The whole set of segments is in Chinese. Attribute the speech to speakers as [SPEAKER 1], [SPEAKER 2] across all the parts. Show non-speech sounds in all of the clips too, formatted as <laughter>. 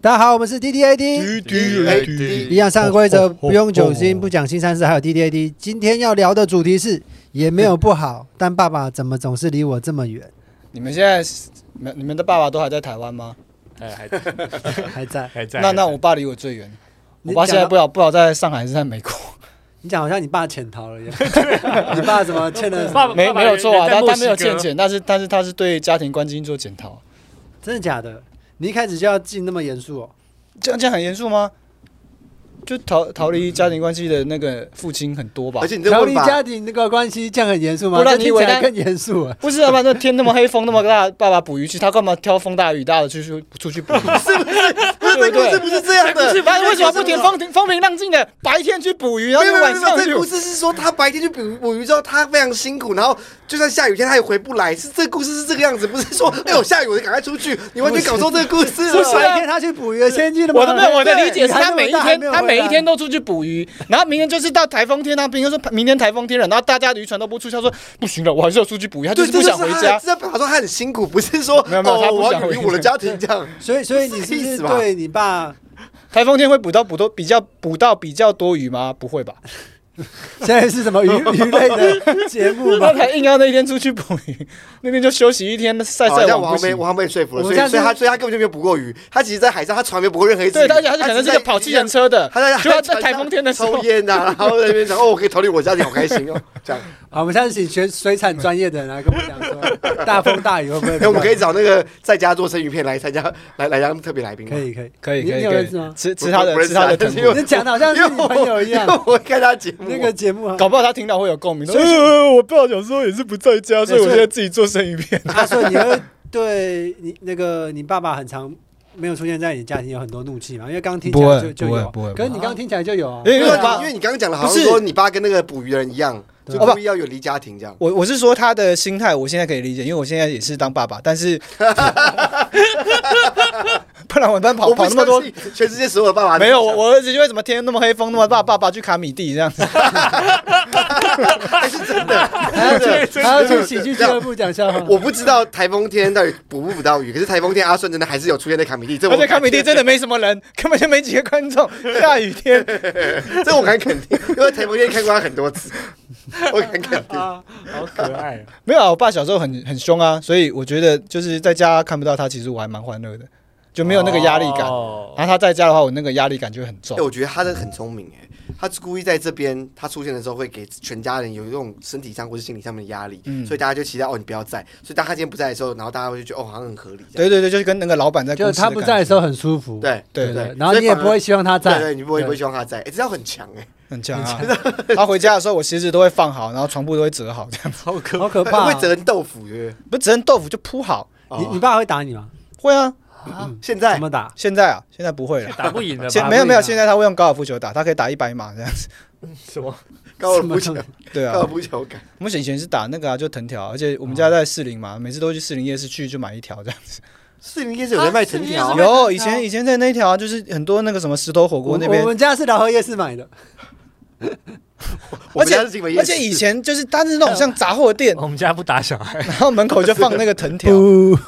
[SPEAKER 1] 大家好，我们是 D D A D，
[SPEAKER 2] 滴滴来滴，
[SPEAKER 1] 一样三个规则，
[SPEAKER 3] 哦哦
[SPEAKER 1] 不用酒精，
[SPEAKER 3] 哦
[SPEAKER 1] 不讲新三事，还有 D D A D。今天要聊的主题是，也没有不
[SPEAKER 2] <laughs>
[SPEAKER 1] 好，但爸爸怎么总是离我这么远？
[SPEAKER 2] 你们现在是，你们你们的爸爸都还在台湾吗？
[SPEAKER 4] 哎，还
[SPEAKER 1] 还在？
[SPEAKER 4] 还在。
[SPEAKER 2] 那那我爸离我最远，
[SPEAKER 1] 你
[SPEAKER 2] <laughs> 我爸现
[SPEAKER 1] 讲
[SPEAKER 2] 在
[SPEAKER 1] 到
[SPEAKER 2] 不知道不知道在上海还是在美国。
[SPEAKER 1] 你讲好像你爸潜逃
[SPEAKER 2] <laughs>
[SPEAKER 1] 了一样， <laughs> 你爸怎么欠了？
[SPEAKER 4] 爸爸
[SPEAKER 2] 没没有错
[SPEAKER 4] 人
[SPEAKER 2] 啊，
[SPEAKER 4] 在
[SPEAKER 2] 他
[SPEAKER 4] 墨
[SPEAKER 2] 他
[SPEAKER 4] 西
[SPEAKER 2] 没有
[SPEAKER 4] 哥
[SPEAKER 2] 欠
[SPEAKER 4] <laughs>
[SPEAKER 2] 检，但是但是他是对家庭关系做检讨，
[SPEAKER 1] 真的假的？你一开始就要进那么严肃哦？
[SPEAKER 2] 这样这样很严肃吗？就逃逃离家庭关系的那个父亲很多吧
[SPEAKER 5] 而？且你这
[SPEAKER 1] 调
[SPEAKER 5] 问
[SPEAKER 1] 理
[SPEAKER 5] 法
[SPEAKER 1] 家，庭那个关系这样很严肃吗？
[SPEAKER 2] 不然
[SPEAKER 1] 这听起
[SPEAKER 2] 你以为
[SPEAKER 1] 来
[SPEAKER 2] 他
[SPEAKER 1] 更严肃啊！
[SPEAKER 2] 不是啊，反正天那么黑，风那么大，爸爸捕鱼去，他干嘛挑风大雨大的去去出去捕鱼？
[SPEAKER 5] 不是
[SPEAKER 2] 对不对
[SPEAKER 5] <laughs> 这故事不是这样的，
[SPEAKER 2] 他为什么不填风平风平浪静的白天去捕鱼，然后
[SPEAKER 5] 没有没有
[SPEAKER 2] 晚上
[SPEAKER 5] 没有，
[SPEAKER 2] 去
[SPEAKER 5] 这故？事是说他白天去捕捕鱼之后，他非常辛苦，然后就算下雨天他也回不来，是这故事是这个样子，不
[SPEAKER 2] <laughs>
[SPEAKER 5] 是说哎呦下雨我就赶快出去，你完全搞错这个故事
[SPEAKER 2] 不是啊
[SPEAKER 5] 了。
[SPEAKER 1] 白天他去捕鱼，先进的吗
[SPEAKER 2] 我的没有，我的理解是
[SPEAKER 1] 还那
[SPEAKER 2] 他
[SPEAKER 1] 么
[SPEAKER 2] 每一
[SPEAKER 1] 大还
[SPEAKER 2] 天
[SPEAKER 1] 没有
[SPEAKER 2] 他每
[SPEAKER 1] 回
[SPEAKER 2] 一
[SPEAKER 1] 来
[SPEAKER 2] 天都出去捕鱼，然后明天就是到台风天，他明天说明天台风天了，然后大家的渔船都不出去，他说不行了，我还是要出去捕鱼，他就
[SPEAKER 5] 对，
[SPEAKER 2] 是
[SPEAKER 5] 这
[SPEAKER 2] 不
[SPEAKER 5] 就
[SPEAKER 2] 想
[SPEAKER 5] 是
[SPEAKER 2] 回
[SPEAKER 5] 他
[SPEAKER 2] 家
[SPEAKER 5] 是。在表达说他很辛苦，不是说
[SPEAKER 2] 没有没有他
[SPEAKER 5] 哦
[SPEAKER 2] 不
[SPEAKER 5] 我
[SPEAKER 2] 想
[SPEAKER 5] 要
[SPEAKER 2] 回
[SPEAKER 5] 远离我的
[SPEAKER 2] 家
[SPEAKER 5] 家庭这
[SPEAKER 2] <laughs>
[SPEAKER 5] 样。
[SPEAKER 1] 所以，所以你是
[SPEAKER 5] 是
[SPEAKER 1] 不
[SPEAKER 5] 意
[SPEAKER 1] 是
[SPEAKER 5] 思吧
[SPEAKER 1] 对你爸
[SPEAKER 2] 台风天会捕到捕多比较捕到比较多鱼吗？不会吧？
[SPEAKER 1] 现在是什 <laughs> 么娱娱类的节目
[SPEAKER 2] <laughs>
[SPEAKER 1] 吗
[SPEAKER 2] 他？才硬要那一天出去捕鱼，那天就休息一天，晒
[SPEAKER 5] 好
[SPEAKER 2] 晒
[SPEAKER 5] 像
[SPEAKER 2] 网
[SPEAKER 5] 我
[SPEAKER 2] 不
[SPEAKER 5] 还没
[SPEAKER 2] 行
[SPEAKER 5] 我。还没说服
[SPEAKER 1] 我
[SPEAKER 5] 了，所
[SPEAKER 1] 们
[SPEAKER 5] 以
[SPEAKER 1] 现在
[SPEAKER 5] 所以他
[SPEAKER 1] 是
[SPEAKER 5] 所以他根本就没有捕过鱼，他只是在海上，他从来没有捕过任何一次
[SPEAKER 2] 对，
[SPEAKER 5] 鱼。
[SPEAKER 2] 他他可能是
[SPEAKER 5] 只
[SPEAKER 2] 个跑计程车的，
[SPEAKER 5] <laughs> 他在
[SPEAKER 2] 就
[SPEAKER 5] 他
[SPEAKER 2] 他在台风天的时候
[SPEAKER 5] 抽，烟呐、啊，然后在那边讲哦，我可以逃离我家庭，好开心哦，这样。
[SPEAKER 1] 好，我们现在请学水产专业的人来跟我们讲说，大风大雨会不会比
[SPEAKER 5] <laughs> 哎、
[SPEAKER 1] 较？
[SPEAKER 5] 我们可以找那个在家做生鱼片来参加，来来当特别来宾吗
[SPEAKER 1] 可。以可以，
[SPEAKER 2] 可以
[SPEAKER 1] 你
[SPEAKER 2] 可
[SPEAKER 1] 你
[SPEAKER 2] 以
[SPEAKER 1] 有
[SPEAKER 2] 可
[SPEAKER 1] 认识
[SPEAKER 2] 以
[SPEAKER 1] 吗，
[SPEAKER 2] 吃吃
[SPEAKER 5] 我
[SPEAKER 2] 他
[SPEAKER 5] 我
[SPEAKER 2] 的
[SPEAKER 5] 不认
[SPEAKER 2] 吃
[SPEAKER 5] 识
[SPEAKER 2] 他
[SPEAKER 5] 啊
[SPEAKER 2] 的
[SPEAKER 5] <laughs> 但
[SPEAKER 2] 藤
[SPEAKER 5] 是因为
[SPEAKER 2] 壶，
[SPEAKER 1] 你讲的好像是你朋友一
[SPEAKER 5] 因
[SPEAKER 1] 样
[SPEAKER 5] 为。我 <laughs> 看他节目，
[SPEAKER 1] 那个节目啊，
[SPEAKER 2] 搞不好他听到会有共鸣。 <laughs>
[SPEAKER 1] 所以
[SPEAKER 2] 呃我爸有时候也是不在家，所以我
[SPEAKER 1] 所以
[SPEAKER 2] 现在自己做生意片。
[SPEAKER 1] 他说你会对你那个你爸爸很常没有出现在你家庭，有很多怒气嘛？因为刚刚听起
[SPEAKER 3] 不
[SPEAKER 1] 来
[SPEAKER 3] 会
[SPEAKER 1] 就就
[SPEAKER 3] 不会
[SPEAKER 1] 有，啊
[SPEAKER 3] 不会
[SPEAKER 1] 可是你刚刚听起来就有啊。
[SPEAKER 2] 因为
[SPEAKER 5] 因为
[SPEAKER 1] 对
[SPEAKER 5] 你
[SPEAKER 1] 啊
[SPEAKER 5] 因为你刚刚讲的好
[SPEAKER 2] 不
[SPEAKER 5] 像
[SPEAKER 2] 是
[SPEAKER 5] 说你爸跟那个捕鱼的人一样，
[SPEAKER 1] 对
[SPEAKER 5] 就故意要远离家庭这样。
[SPEAKER 2] 我我是说他的心态，我现在可以理解，因为我现在也是当爸爸，但
[SPEAKER 5] <laughs>
[SPEAKER 2] 是不然我单跑
[SPEAKER 5] 我不
[SPEAKER 2] 跑那么
[SPEAKER 5] 相
[SPEAKER 2] 多。
[SPEAKER 5] 信啊全世界所有的爸爸
[SPEAKER 2] 没有，我我儿子就会怎么天那么黑风那么大，爸爸去卡米地
[SPEAKER 5] <laughs>
[SPEAKER 2] 这样子，
[SPEAKER 5] 还是真的，
[SPEAKER 1] 还要
[SPEAKER 5] 真的
[SPEAKER 1] 去还要去喜剧俱乐部讲笑话。
[SPEAKER 5] 我不知道台风天到底捕不捕到鱼，可是台风天阿顺真的还是有出现在卡米蒂，这
[SPEAKER 2] 而
[SPEAKER 5] 我
[SPEAKER 2] 且卡米地真的没什么人， <laughs> 根本就没几个观
[SPEAKER 5] <laughs>
[SPEAKER 2] 众。下雨天，
[SPEAKER 5] 这我敢肯定，因为台风天看过他很多次，我敢肯定。
[SPEAKER 4] 啊， <laughs> 好可爱啊！
[SPEAKER 2] 没有啊，我爸小时候很很凶啊，所以我觉得就是在家看不到他，其实我还蛮欢乐的，就没有那个压力感。
[SPEAKER 4] 哦
[SPEAKER 2] 然后他在家的话，我那个压力感就会很重
[SPEAKER 5] 哎、。我觉得他真的很聪明哎，他故意在这边他出现的时候会给全家人有这种身体上或是心理上面的压力，
[SPEAKER 2] 嗯
[SPEAKER 5] 所以大家就期待哦你不要在，所以当他今天不在的时候，然后大家会就觉得哦好像很合理这样，
[SPEAKER 2] 对对对，就是跟那个老板在
[SPEAKER 1] 就
[SPEAKER 2] 公
[SPEAKER 1] 是
[SPEAKER 2] 司的
[SPEAKER 1] 他
[SPEAKER 2] 感觉
[SPEAKER 1] 不在的时候很舒服，
[SPEAKER 5] 对
[SPEAKER 2] 对
[SPEAKER 1] 对
[SPEAKER 5] 对，
[SPEAKER 1] 然后你也不会
[SPEAKER 5] 所以
[SPEAKER 1] 希望他
[SPEAKER 5] 反而对
[SPEAKER 1] 在，
[SPEAKER 5] 对，你不会
[SPEAKER 2] 对
[SPEAKER 5] 不会希望他在，哎、这招很强哎、
[SPEAKER 2] 很强啊。 <laughs> 他回家的时候，我鞋子都会放好，然后床铺都会折好，这样 <laughs>
[SPEAKER 4] 好可
[SPEAKER 5] <laughs>
[SPEAKER 1] 好可
[SPEAKER 5] 会
[SPEAKER 1] 怕
[SPEAKER 5] 会
[SPEAKER 1] 啊。
[SPEAKER 5] 折成豆腐对不
[SPEAKER 2] 不折成豆腐就铺好。
[SPEAKER 5] 对？
[SPEAKER 1] 你
[SPEAKER 5] 哦
[SPEAKER 1] 你爸会打你吗？
[SPEAKER 2] 会啊，
[SPEAKER 5] 现
[SPEAKER 1] 怎
[SPEAKER 5] 在
[SPEAKER 1] 么打？
[SPEAKER 2] 现在啊，现在不会了。
[SPEAKER 4] 打不赢的
[SPEAKER 2] 现
[SPEAKER 4] 吧？
[SPEAKER 2] 没有没有，
[SPEAKER 1] 打不赢啊
[SPEAKER 2] 现在他会用高尔夫球打，他可以打一百码这样 <laughs> 子。
[SPEAKER 4] 什么？
[SPEAKER 5] 高尔夫球
[SPEAKER 1] 什么，
[SPEAKER 2] 对啊
[SPEAKER 5] 高，尔夫球杆，
[SPEAKER 2] 我们以前是打那个啊，就藤条，而且我们家在士林嘛，每次都去士林夜市去就买一条这样子。
[SPEAKER 5] 是你应该是有人卖藤条、
[SPEAKER 4] 啊
[SPEAKER 2] 有
[SPEAKER 4] 藤条
[SPEAKER 2] 以前以前在那一条啊就是很多那个什么石头火
[SPEAKER 1] 我
[SPEAKER 2] 锅那
[SPEAKER 1] 我
[SPEAKER 2] 边，
[SPEAKER 1] 们家是老河夜市买的，
[SPEAKER 2] 而
[SPEAKER 5] 我们
[SPEAKER 2] 且
[SPEAKER 5] 家是金门夜
[SPEAKER 2] 而
[SPEAKER 5] 市
[SPEAKER 2] 且以前就是它是那种像杂
[SPEAKER 4] <laughs>
[SPEAKER 2] 货店，
[SPEAKER 4] <laughs> 我们家不打小孩，
[SPEAKER 2] 然后门口就放那个藤条，
[SPEAKER 1] 不。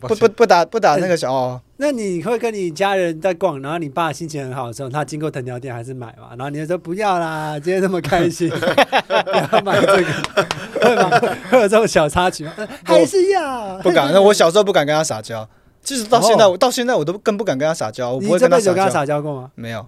[SPEAKER 2] 不不不打不打那个小哦，
[SPEAKER 1] 那你会跟你家人在逛，然后你爸心情很好的时候，他经过藤条店还是买嘛？然后你就说不要啦，今天这么开心， <laughs> 不要买这个，会吗？会有这种小插曲吗？呃还是 <laughs> 要
[SPEAKER 2] 不敢。那我小时候不敢跟他撒娇，即使到现在，我到现在我都更不敢跟他撒娇，我
[SPEAKER 1] 哦
[SPEAKER 2] 不
[SPEAKER 1] 你
[SPEAKER 2] 会
[SPEAKER 1] 这 <laughs>
[SPEAKER 2] 跟他
[SPEAKER 1] 辈子有跟
[SPEAKER 2] 撒
[SPEAKER 1] 他
[SPEAKER 2] 娇。
[SPEAKER 1] 撒娇过吗？<laughs>
[SPEAKER 2] 没有，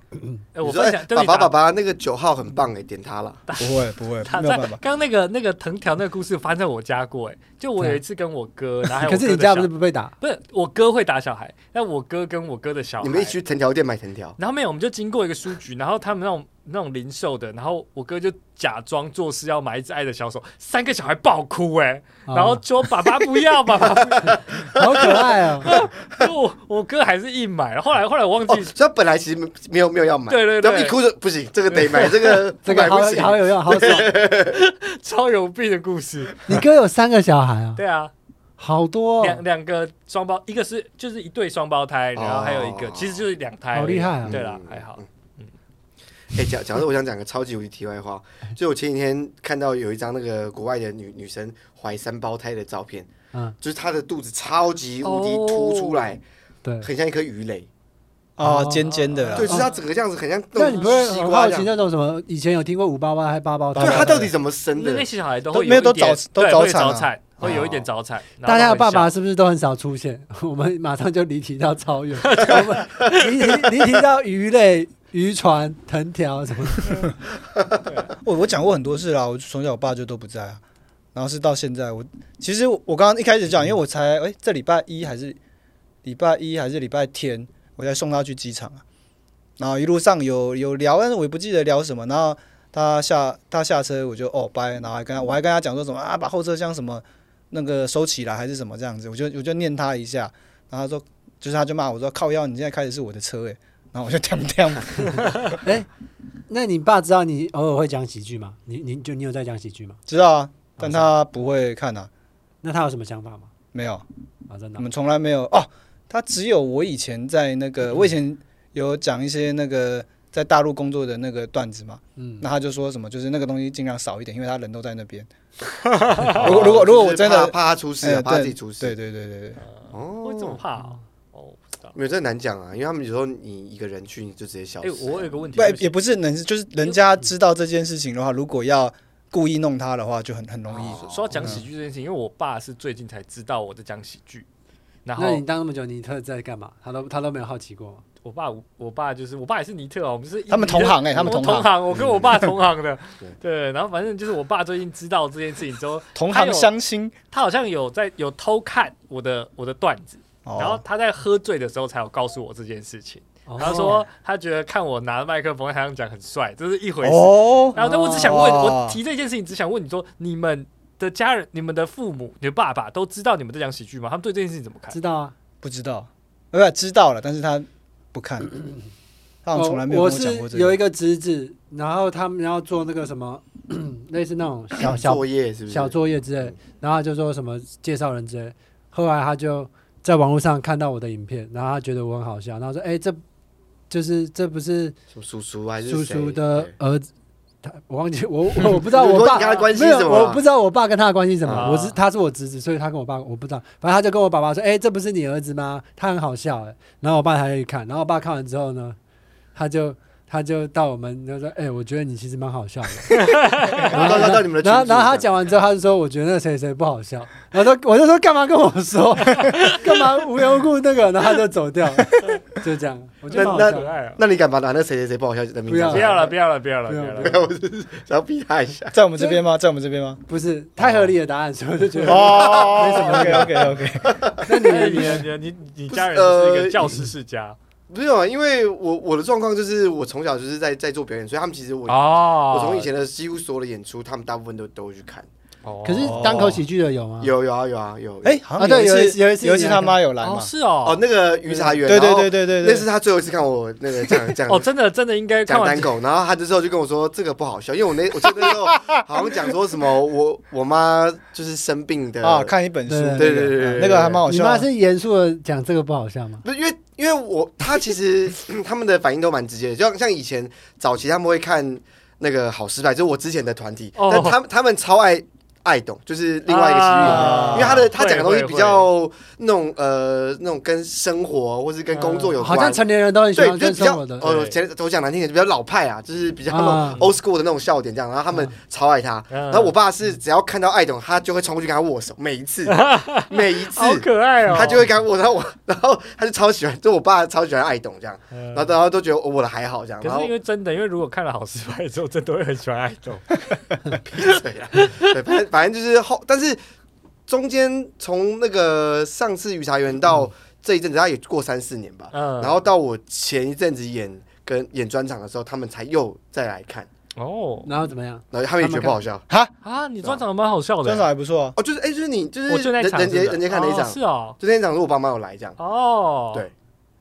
[SPEAKER 4] 哎，我
[SPEAKER 5] 你说
[SPEAKER 4] 分
[SPEAKER 5] 哎
[SPEAKER 4] 享，对不
[SPEAKER 5] 爸
[SPEAKER 4] 起
[SPEAKER 5] 爸爸
[SPEAKER 4] 打
[SPEAKER 5] 爸那个九号很棒哎，点他了。
[SPEAKER 2] 不会不会，
[SPEAKER 4] 他
[SPEAKER 2] 没有
[SPEAKER 4] 在
[SPEAKER 2] 办法。
[SPEAKER 4] 刚刚那个那个藤条那个故事发生在我家过，哎，就我有一次跟我
[SPEAKER 2] <laughs>
[SPEAKER 4] 哥，然后还哎有我
[SPEAKER 1] 可是
[SPEAKER 4] 哥
[SPEAKER 1] 你
[SPEAKER 4] 的
[SPEAKER 1] 家
[SPEAKER 4] 小
[SPEAKER 1] 不是不被打？
[SPEAKER 4] 不是我哥会打小孩，但我哥跟我哥的小孩，
[SPEAKER 5] 你们一起去藤条店买藤条，
[SPEAKER 4] 然后没有，我们就经过一个书局，然后他们那种那种零售的，然后我哥就假装做事要买一只爱的小手，三个小孩爆哭哎、然后
[SPEAKER 1] 哦
[SPEAKER 4] 说爸爸不要，爸爸不
[SPEAKER 1] 好可爱哦，
[SPEAKER 4] 要， <laughs> 就我我哥还是硬买，后来后来我忘
[SPEAKER 5] 哦，
[SPEAKER 4] 记，
[SPEAKER 5] 所以他本来其实没有没有要买，
[SPEAKER 4] 对对对
[SPEAKER 5] 然后一哭就不行，这个
[SPEAKER 4] <laughs>
[SPEAKER 5] 得买，这个
[SPEAKER 1] 这个
[SPEAKER 5] 不买
[SPEAKER 1] 好
[SPEAKER 5] 不
[SPEAKER 1] 有好
[SPEAKER 5] 行。
[SPEAKER 1] 有用，好爽。
[SPEAKER 4] 超有病的故事，
[SPEAKER 1] 你哥有三个小孩啊，
[SPEAKER 4] 对啊，
[SPEAKER 1] 好多、
[SPEAKER 4] 两
[SPEAKER 1] 哦，
[SPEAKER 4] 两个双胞，一个是就是一对双胞胎，然后还有一个、
[SPEAKER 5] 哦
[SPEAKER 4] 其实就是两胎而已，
[SPEAKER 1] 好厉害啊
[SPEAKER 4] 对啦
[SPEAKER 5] 嗯，
[SPEAKER 4] 还好，
[SPEAKER 5] 哎，讲讲到我想讲个超级无敌题外话，就我前几天看到有一张那个国外的女女生怀三胞胎的照片，
[SPEAKER 1] 嗯
[SPEAKER 5] 就是她的肚子超级无敌凸出来，
[SPEAKER 1] 对，
[SPEAKER 5] 很像一颗鱼雷，
[SPEAKER 2] 哦，尖尖的啦。
[SPEAKER 5] 对，就是它整个这样子很像那
[SPEAKER 1] 那你
[SPEAKER 5] 种
[SPEAKER 1] 不会
[SPEAKER 5] 西
[SPEAKER 1] 很
[SPEAKER 5] 瓜
[SPEAKER 1] 好
[SPEAKER 5] 这
[SPEAKER 1] 奇
[SPEAKER 5] 样。
[SPEAKER 1] 那种什么？以前有听过五八八还八八
[SPEAKER 5] 对，
[SPEAKER 1] 八，
[SPEAKER 5] 它到底怎么生
[SPEAKER 4] 那
[SPEAKER 5] 的
[SPEAKER 4] 那？些小孩都会
[SPEAKER 2] 都没有都
[SPEAKER 4] 一点
[SPEAKER 2] 早都
[SPEAKER 4] 对
[SPEAKER 2] 早
[SPEAKER 4] 会
[SPEAKER 2] 产啊
[SPEAKER 4] 早产，会有一点早产。然后
[SPEAKER 1] 大家的
[SPEAKER 4] 都
[SPEAKER 1] 爸
[SPEAKER 4] 很小
[SPEAKER 1] 爸是不是都很少出现？ <laughs> 我们马上就离题到超
[SPEAKER 4] <laughs>
[SPEAKER 1] 远，我们离题离题到鱼类、渔船、藤条什么的。
[SPEAKER 2] 我我讲过很多次啦，我从小我爸就都不在啊，然后是到现在我其实我我刚刚一开始讲，因为我才哎、这礼拜一还是礼拜一还是礼拜天，我才送他去机场啊，然后一路上有有聊，但是我也不记得聊什么，然后他下他下车我就哦拜，然后还跟他我还跟他讲说什么啊把后车厢什么那个收起来还是什么这样子，我就我就念他一下，然后他说就是他就骂我说靠腰，你现在开的是我的车哎、然后我就 <laughs> 跳跳，
[SPEAKER 1] 哎，那你爸知道你偶尔会讲喜剧吗？你你就你有在讲喜剧吗？
[SPEAKER 2] 知道啊，但他不会看啊，
[SPEAKER 1] 那他有什么想法吗？
[SPEAKER 2] 没有。
[SPEAKER 1] 啊，真的
[SPEAKER 2] 我们从来没有哦，他只有我以前在那个，我以前有讲一些那个在大陆工作的那个段子嘛，
[SPEAKER 1] 嗯
[SPEAKER 2] 那他就说什么，就是那个东西尽量少一点，因为他人都在那边。如果如果如果我真
[SPEAKER 5] 就是
[SPEAKER 2] 的
[SPEAKER 5] 怕，怕他出事啊，
[SPEAKER 2] 哎
[SPEAKER 5] 怕他
[SPEAKER 2] 对
[SPEAKER 5] 自己出事，
[SPEAKER 2] 对对对对对，
[SPEAKER 5] 哦
[SPEAKER 4] 会这么怕哦？哦，我不知道。
[SPEAKER 5] 没有这难讲啊，因为他们有时候你一个人去，你就直接消
[SPEAKER 4] 哎，
[SPEAKER 5] 失。
[SPEAKER 4] 我有个问题，
[SPEAKER 2] 不也不是能就是人家知道这件事情的话，如果要故意弄他的话，就很很容易。
[SPEAKER 5] 哦
[SPEAKER 4] 说到讲喜剧这件事情，因为我爸是最近才知道我在讲喜剧，然
[SPEAKER 1] 那
[SPEAKER 4] 后
[SPEAKER 1] 你当那么久，尼特在干嘛？他都他都没有好奇过吗。
[SPEAKER 4] 我爸我爸就是我爸也是尼特哦，我们是一
[SPEAKER 2] 他们同行哎他们
[SPEAKER 4] 我
[SPEAKER 2] 同行嗯
[SPEAKER 4] 同行，我跟我爸同行
[SPEAKER 2] <laughs>
[SPEAKER 4] 的
[SPEAKER 5] 对，
[SPEAKER 4] 对，然后反正就是我爸最近知道这件事情之后，
[SPEAKER 2] 同
[SPEAKER 4] 他
[SPEAKER 2] 行
[SPEAKER 4] 有
[SPEAKER 2] 相亲，
[SPEAKER 4] 他好像有在有偷看我的我的段子，然后
[SPEAKER 2] 哦，
[SPEAKER 4] 他在喝醉的时候才有告诉我这件事情。他
[SPEAKER 1] 哦
[SPEAKER 4] 说他觉得看我拿麦克风在台上讲很帅，这是一回事。
[SPEAKER 2] 哦，
[SPEAKER 4] 然后，但我只想问，
[SPEAKER 2] 哦
[SPEAKER 4] 我提这件事情只想问你说，你们的家人、你们的父母、你的爸爸都知道你们在讲喜剧吗？他们对这件事情怎么看？
[SPEAKER 1] 知道啊，
[SPEAKER 2] 不知道，呃不知道了，但是他不看，他好像从来没有
[SPEAKER 1] 我
[SPEAKER 2] 跟讲过
[SPEAKER 1] 是
[SPEAKER 2] 这
[SPEAKER 1] 有
[SPEAKER 2] 个
[SPEAKER 1] 一。个侄子，然后他们要做那个什么， <clears throat> 类似那种小小
[SPEAKER 5] 作业是不是？
[SPEAKER 1] 小作业之类，然后他就说什么介绍人之类。后来他就在网络上看到我的影片，然后他觉得我很好笑，然后说：“哎、这就是这不是
[SPEAKER 5] 什么叔叔还是
[SPEAKER 1] 叔叔
[SPEAKER 5] 谁
[SPEAKER 1] 的
[SPEAKER 5] 对
[SPEAKER 1] 儿子？”他我忘记我我我不知道
[SPEAKER 5] <laughs> 你
[SPEAKER 1] 我
[SPEAKER 5] 说
[SPEAKER 1] 爸
[SPEAKER 5] 你跟他关系
[SPEAKER 1] 没
[SPEAKER 5] 是什
[SPEAKER 1] 有，
[SPEAKER 5] 么啊？
[SPEAKER 1] 我不知道我爸跟他的关系是什么。
[SPEAKER 4] 啊
[SPEAKER 1] 我是他是我侄子，所以他跟我爸我不知道。反正他就跟我爸爸说：“哎、这不是你儿子吗？他很好笑。”哎，然后我爸才去看，然后我爸看完之后呢，他就。他就到我们就说：“哎、我觉得你其实蛮好笑的。”
[SPEAKER 5] 然后到到你们的群组这
[SPEAKER 1] 然后
[SPEAKER 5] 样，
[SPEAKER 1] 然后他讲完之后，他就说：“我觉得那谁谁不好笑。”然后说：“我就说干嘛跟我说， <laughs> 干嘛无缘无故那个？”然后他就走掉，就这样。我觉得
[SPEAKER 5] 那
[SPEAKER 1] 蛮好
[SPEAKER 5] 那
[SPEAKER 1] 笑的
[SPEAKER 4] 爱哦
[SPEAKER 5] 那你敢把拿那谁谁谁不好笑的名字讲
[SPEAKER 1] 不
[SPEAKER 4] 不
[SPEAKER 5] 出来？
[SPEAKER 4] 要了，不要了，不要
[SPEAKER 1] 不
[SPEAKER 4] 了，不
[SPEAKER 1] 要
[SPEAKER 4] 要
[SPEAKER 1] 不
[SPEAKER 4] 了。
[SPEAKER 5] 我是想要逼他一下。
[SPEAKER 2] 在我们这边吗？在我们这边吗？
[SPEAKER 1] 不是太合理的答案，所以我就觉得，
[SPEAKER 2] 哦，没什么。OK OK OK。
[SPEAKER 1] 那你
[SPEAKER 4] 那
[SPEAKER 1] 们你
[SPEAKER 4] 你
[SPEAKER 1] 们
[SPEAKER 4] 你你你家人是
[SPEAKER 5] 呃
[SPEAKER 4] 一个教师世家
[SPEAKER 5] 不用啊，因为我我的状况就是我从小就是在在做表演，所以他们其实我、
[SPEAKER 4] 哦
[SPEAKER 5] 我从以前的几乎所有的演出，他们大部分都都会去看。
[SPEAKER 1] 可
[SPEAKER 4] 哦
[SPEAKER 1] 是单口喜剧的有
[SPEAKER 2] 嗯
[SPEAKER 1] 吗？
[SPEAKER 5] 有有啊有啊有。
[SPEAKER 2] 哎，好
[SPEAKER 1] 啊
[SPEAKER 2] 像
[SPEAKER 1] 对
[SPEAKER 2] 有
[SPEAKER 1] 有一次有一
[SPEAKER 2] 一
[SPEAKER 1] 次
[SPEAKER 2] 次，
[SPEAKER 1] 你
[SPEAKER 2] 有一次
[SPEAKER 1] 来
[SPEAKER 2] 他
[SPEAKER 1] 看
[SPEAKER 2] 妈有来
[SPEAKER 4] 哦
[SPEAKER 2] 嘛？
[SPEAKER 4] 是哦
[SPEAKER 5] 哦，那个于茶园，
[SPEAKER 2] 对
[SPEAKER 5] 然
[SPEAKER 2] 对
[SPEAKER 5] 后
[SPEAKER 2] 对对对
[SPEAKER 5] 那
[SPEAKER 2] 对
[SPEAKER 5] 是。他最后一次看我那个这样
[SPEAKER 2] <laughs>
[SPEAKER 5] 这样
[SPEAKER 4] 哦，真的真的应该看
[SPEAKER 5] 讲
[SPEAKER 4] 完
[SPEAKER 5] 单口，然后他之后就跟我说这个不好笑，因为我那我记得那时候好像讲说什么我我妈就是生病的
[SPEAKER 2] 啊，看一本书，
[SPEAKER 1] 对
[SPEAKER 2] 那个
[SPEAKER 5] 对
[SPEAKER 2] 啊
[SPEAKER 5] 对对对
[SPEAKER 2] 那个还蛮好
[SPEAKER 1] 你
[SPEAKER 2] 笑
[SPEAKER 1] 妈
[SPEAKER 2] 的。
[SPEAKER 1] 是严肃的讲这个不好笑吗？
[SPEAKER 5] 不是因为因为我他其实 <clears throat> 他们的反应都蛮直接的，就像像以前早期他们会看那个好失败，就是我之前的团体，
[SPEAKER 4] 哦
[SPEAKER 5] 但他们他们超爱爱懂，就是另外一个喜剧演员，
[SPEAKER 2] 啊
[SPEAKER 5] 因为他的他讲的东西
[SPEAKER 4] 会会
[SPEAKER 5] 比较那种呃那种跟生活或是跟工作有
[SPEAKER 1] 啊好
[SPEAKER 5] 关。
[SPEAKER 1] 像成年人都很喜
[SPEAKER 5] 对，
[SPEAKER 1] 欢
[SPEAKER 5] 就
[SPEAKER 1] 跟
[SPEAKER 5] 比较
[SPEAKER 1] 生活的。
[SPEAKER 5] 哦，
[SPEAKER 4] 对
[SPEAKER 5] 前我讲难听点，就比较老派啊，就是比较
[SPEAKER 1] 啊
[SPEAKER 5] old school 的那种笑点这样。然后他们超爱他，
[SPEAKER 4] 嗯
[SPEAKER 5] 然后我爸是只要看到爱董，他就会冲过去跟他握手，每一次，每一次
[SPEAKER 4] 好，可爱哦，
[SPEAKER 5] 他就会跟他握，然后我， <laughs> 然后他就超喜欢，就我爸超喜欢爱董这样，
[SPEAKER 4] 嗯
[SPEAKER 5] 然后然后都觉得哦我的还好这样，
[SPEAKER 4] 可
[SPEAKER 5] 然后 <laughs>
[SPEAKER 4] 是因为真的，因为如果看了好失败之后，真的会很喜欢爱豆。
[SPEAKER 5] 对啦，对，反正反正就是后，但是中间从那个上次御茶园到这一阵子，他也过三四年吧，
[SPEAKER 4] 嗯
[SPEAKER 5] 然后到我前一阵子演跟演专场的时候，他们才又再来看，
[SPEAKER 4] 哦
[SPEAKER 1] 然后怎么样？
[SPEAKER 5] 然后他们也觉得不好笑。
[SPEAKER 2] 哈，
[SPEAKER 4] 啊，你专场蛮好笑的，
[SPEAKER 2] 专场还不错啊。
[SPEAKER 5] 哦，就是哎、就是你就是
[SPEAKER 4] 我就那
[SPEAKER 5] 人
[SPEAKER 4] 一场
[SPEAKER 5] 人
[SPEAKER 4] 是不
[SPEAKER 5] 杰
[SPEAKER 4] 是，
[SPEAKER 5] 人杰看那一场，
[SPEAKER 4] 哦是哦，
[SPEAKER 5] 就那一场是我爸妈有来这样，
[SPEAKER 4] 哦，
[SPEAKER 5] 对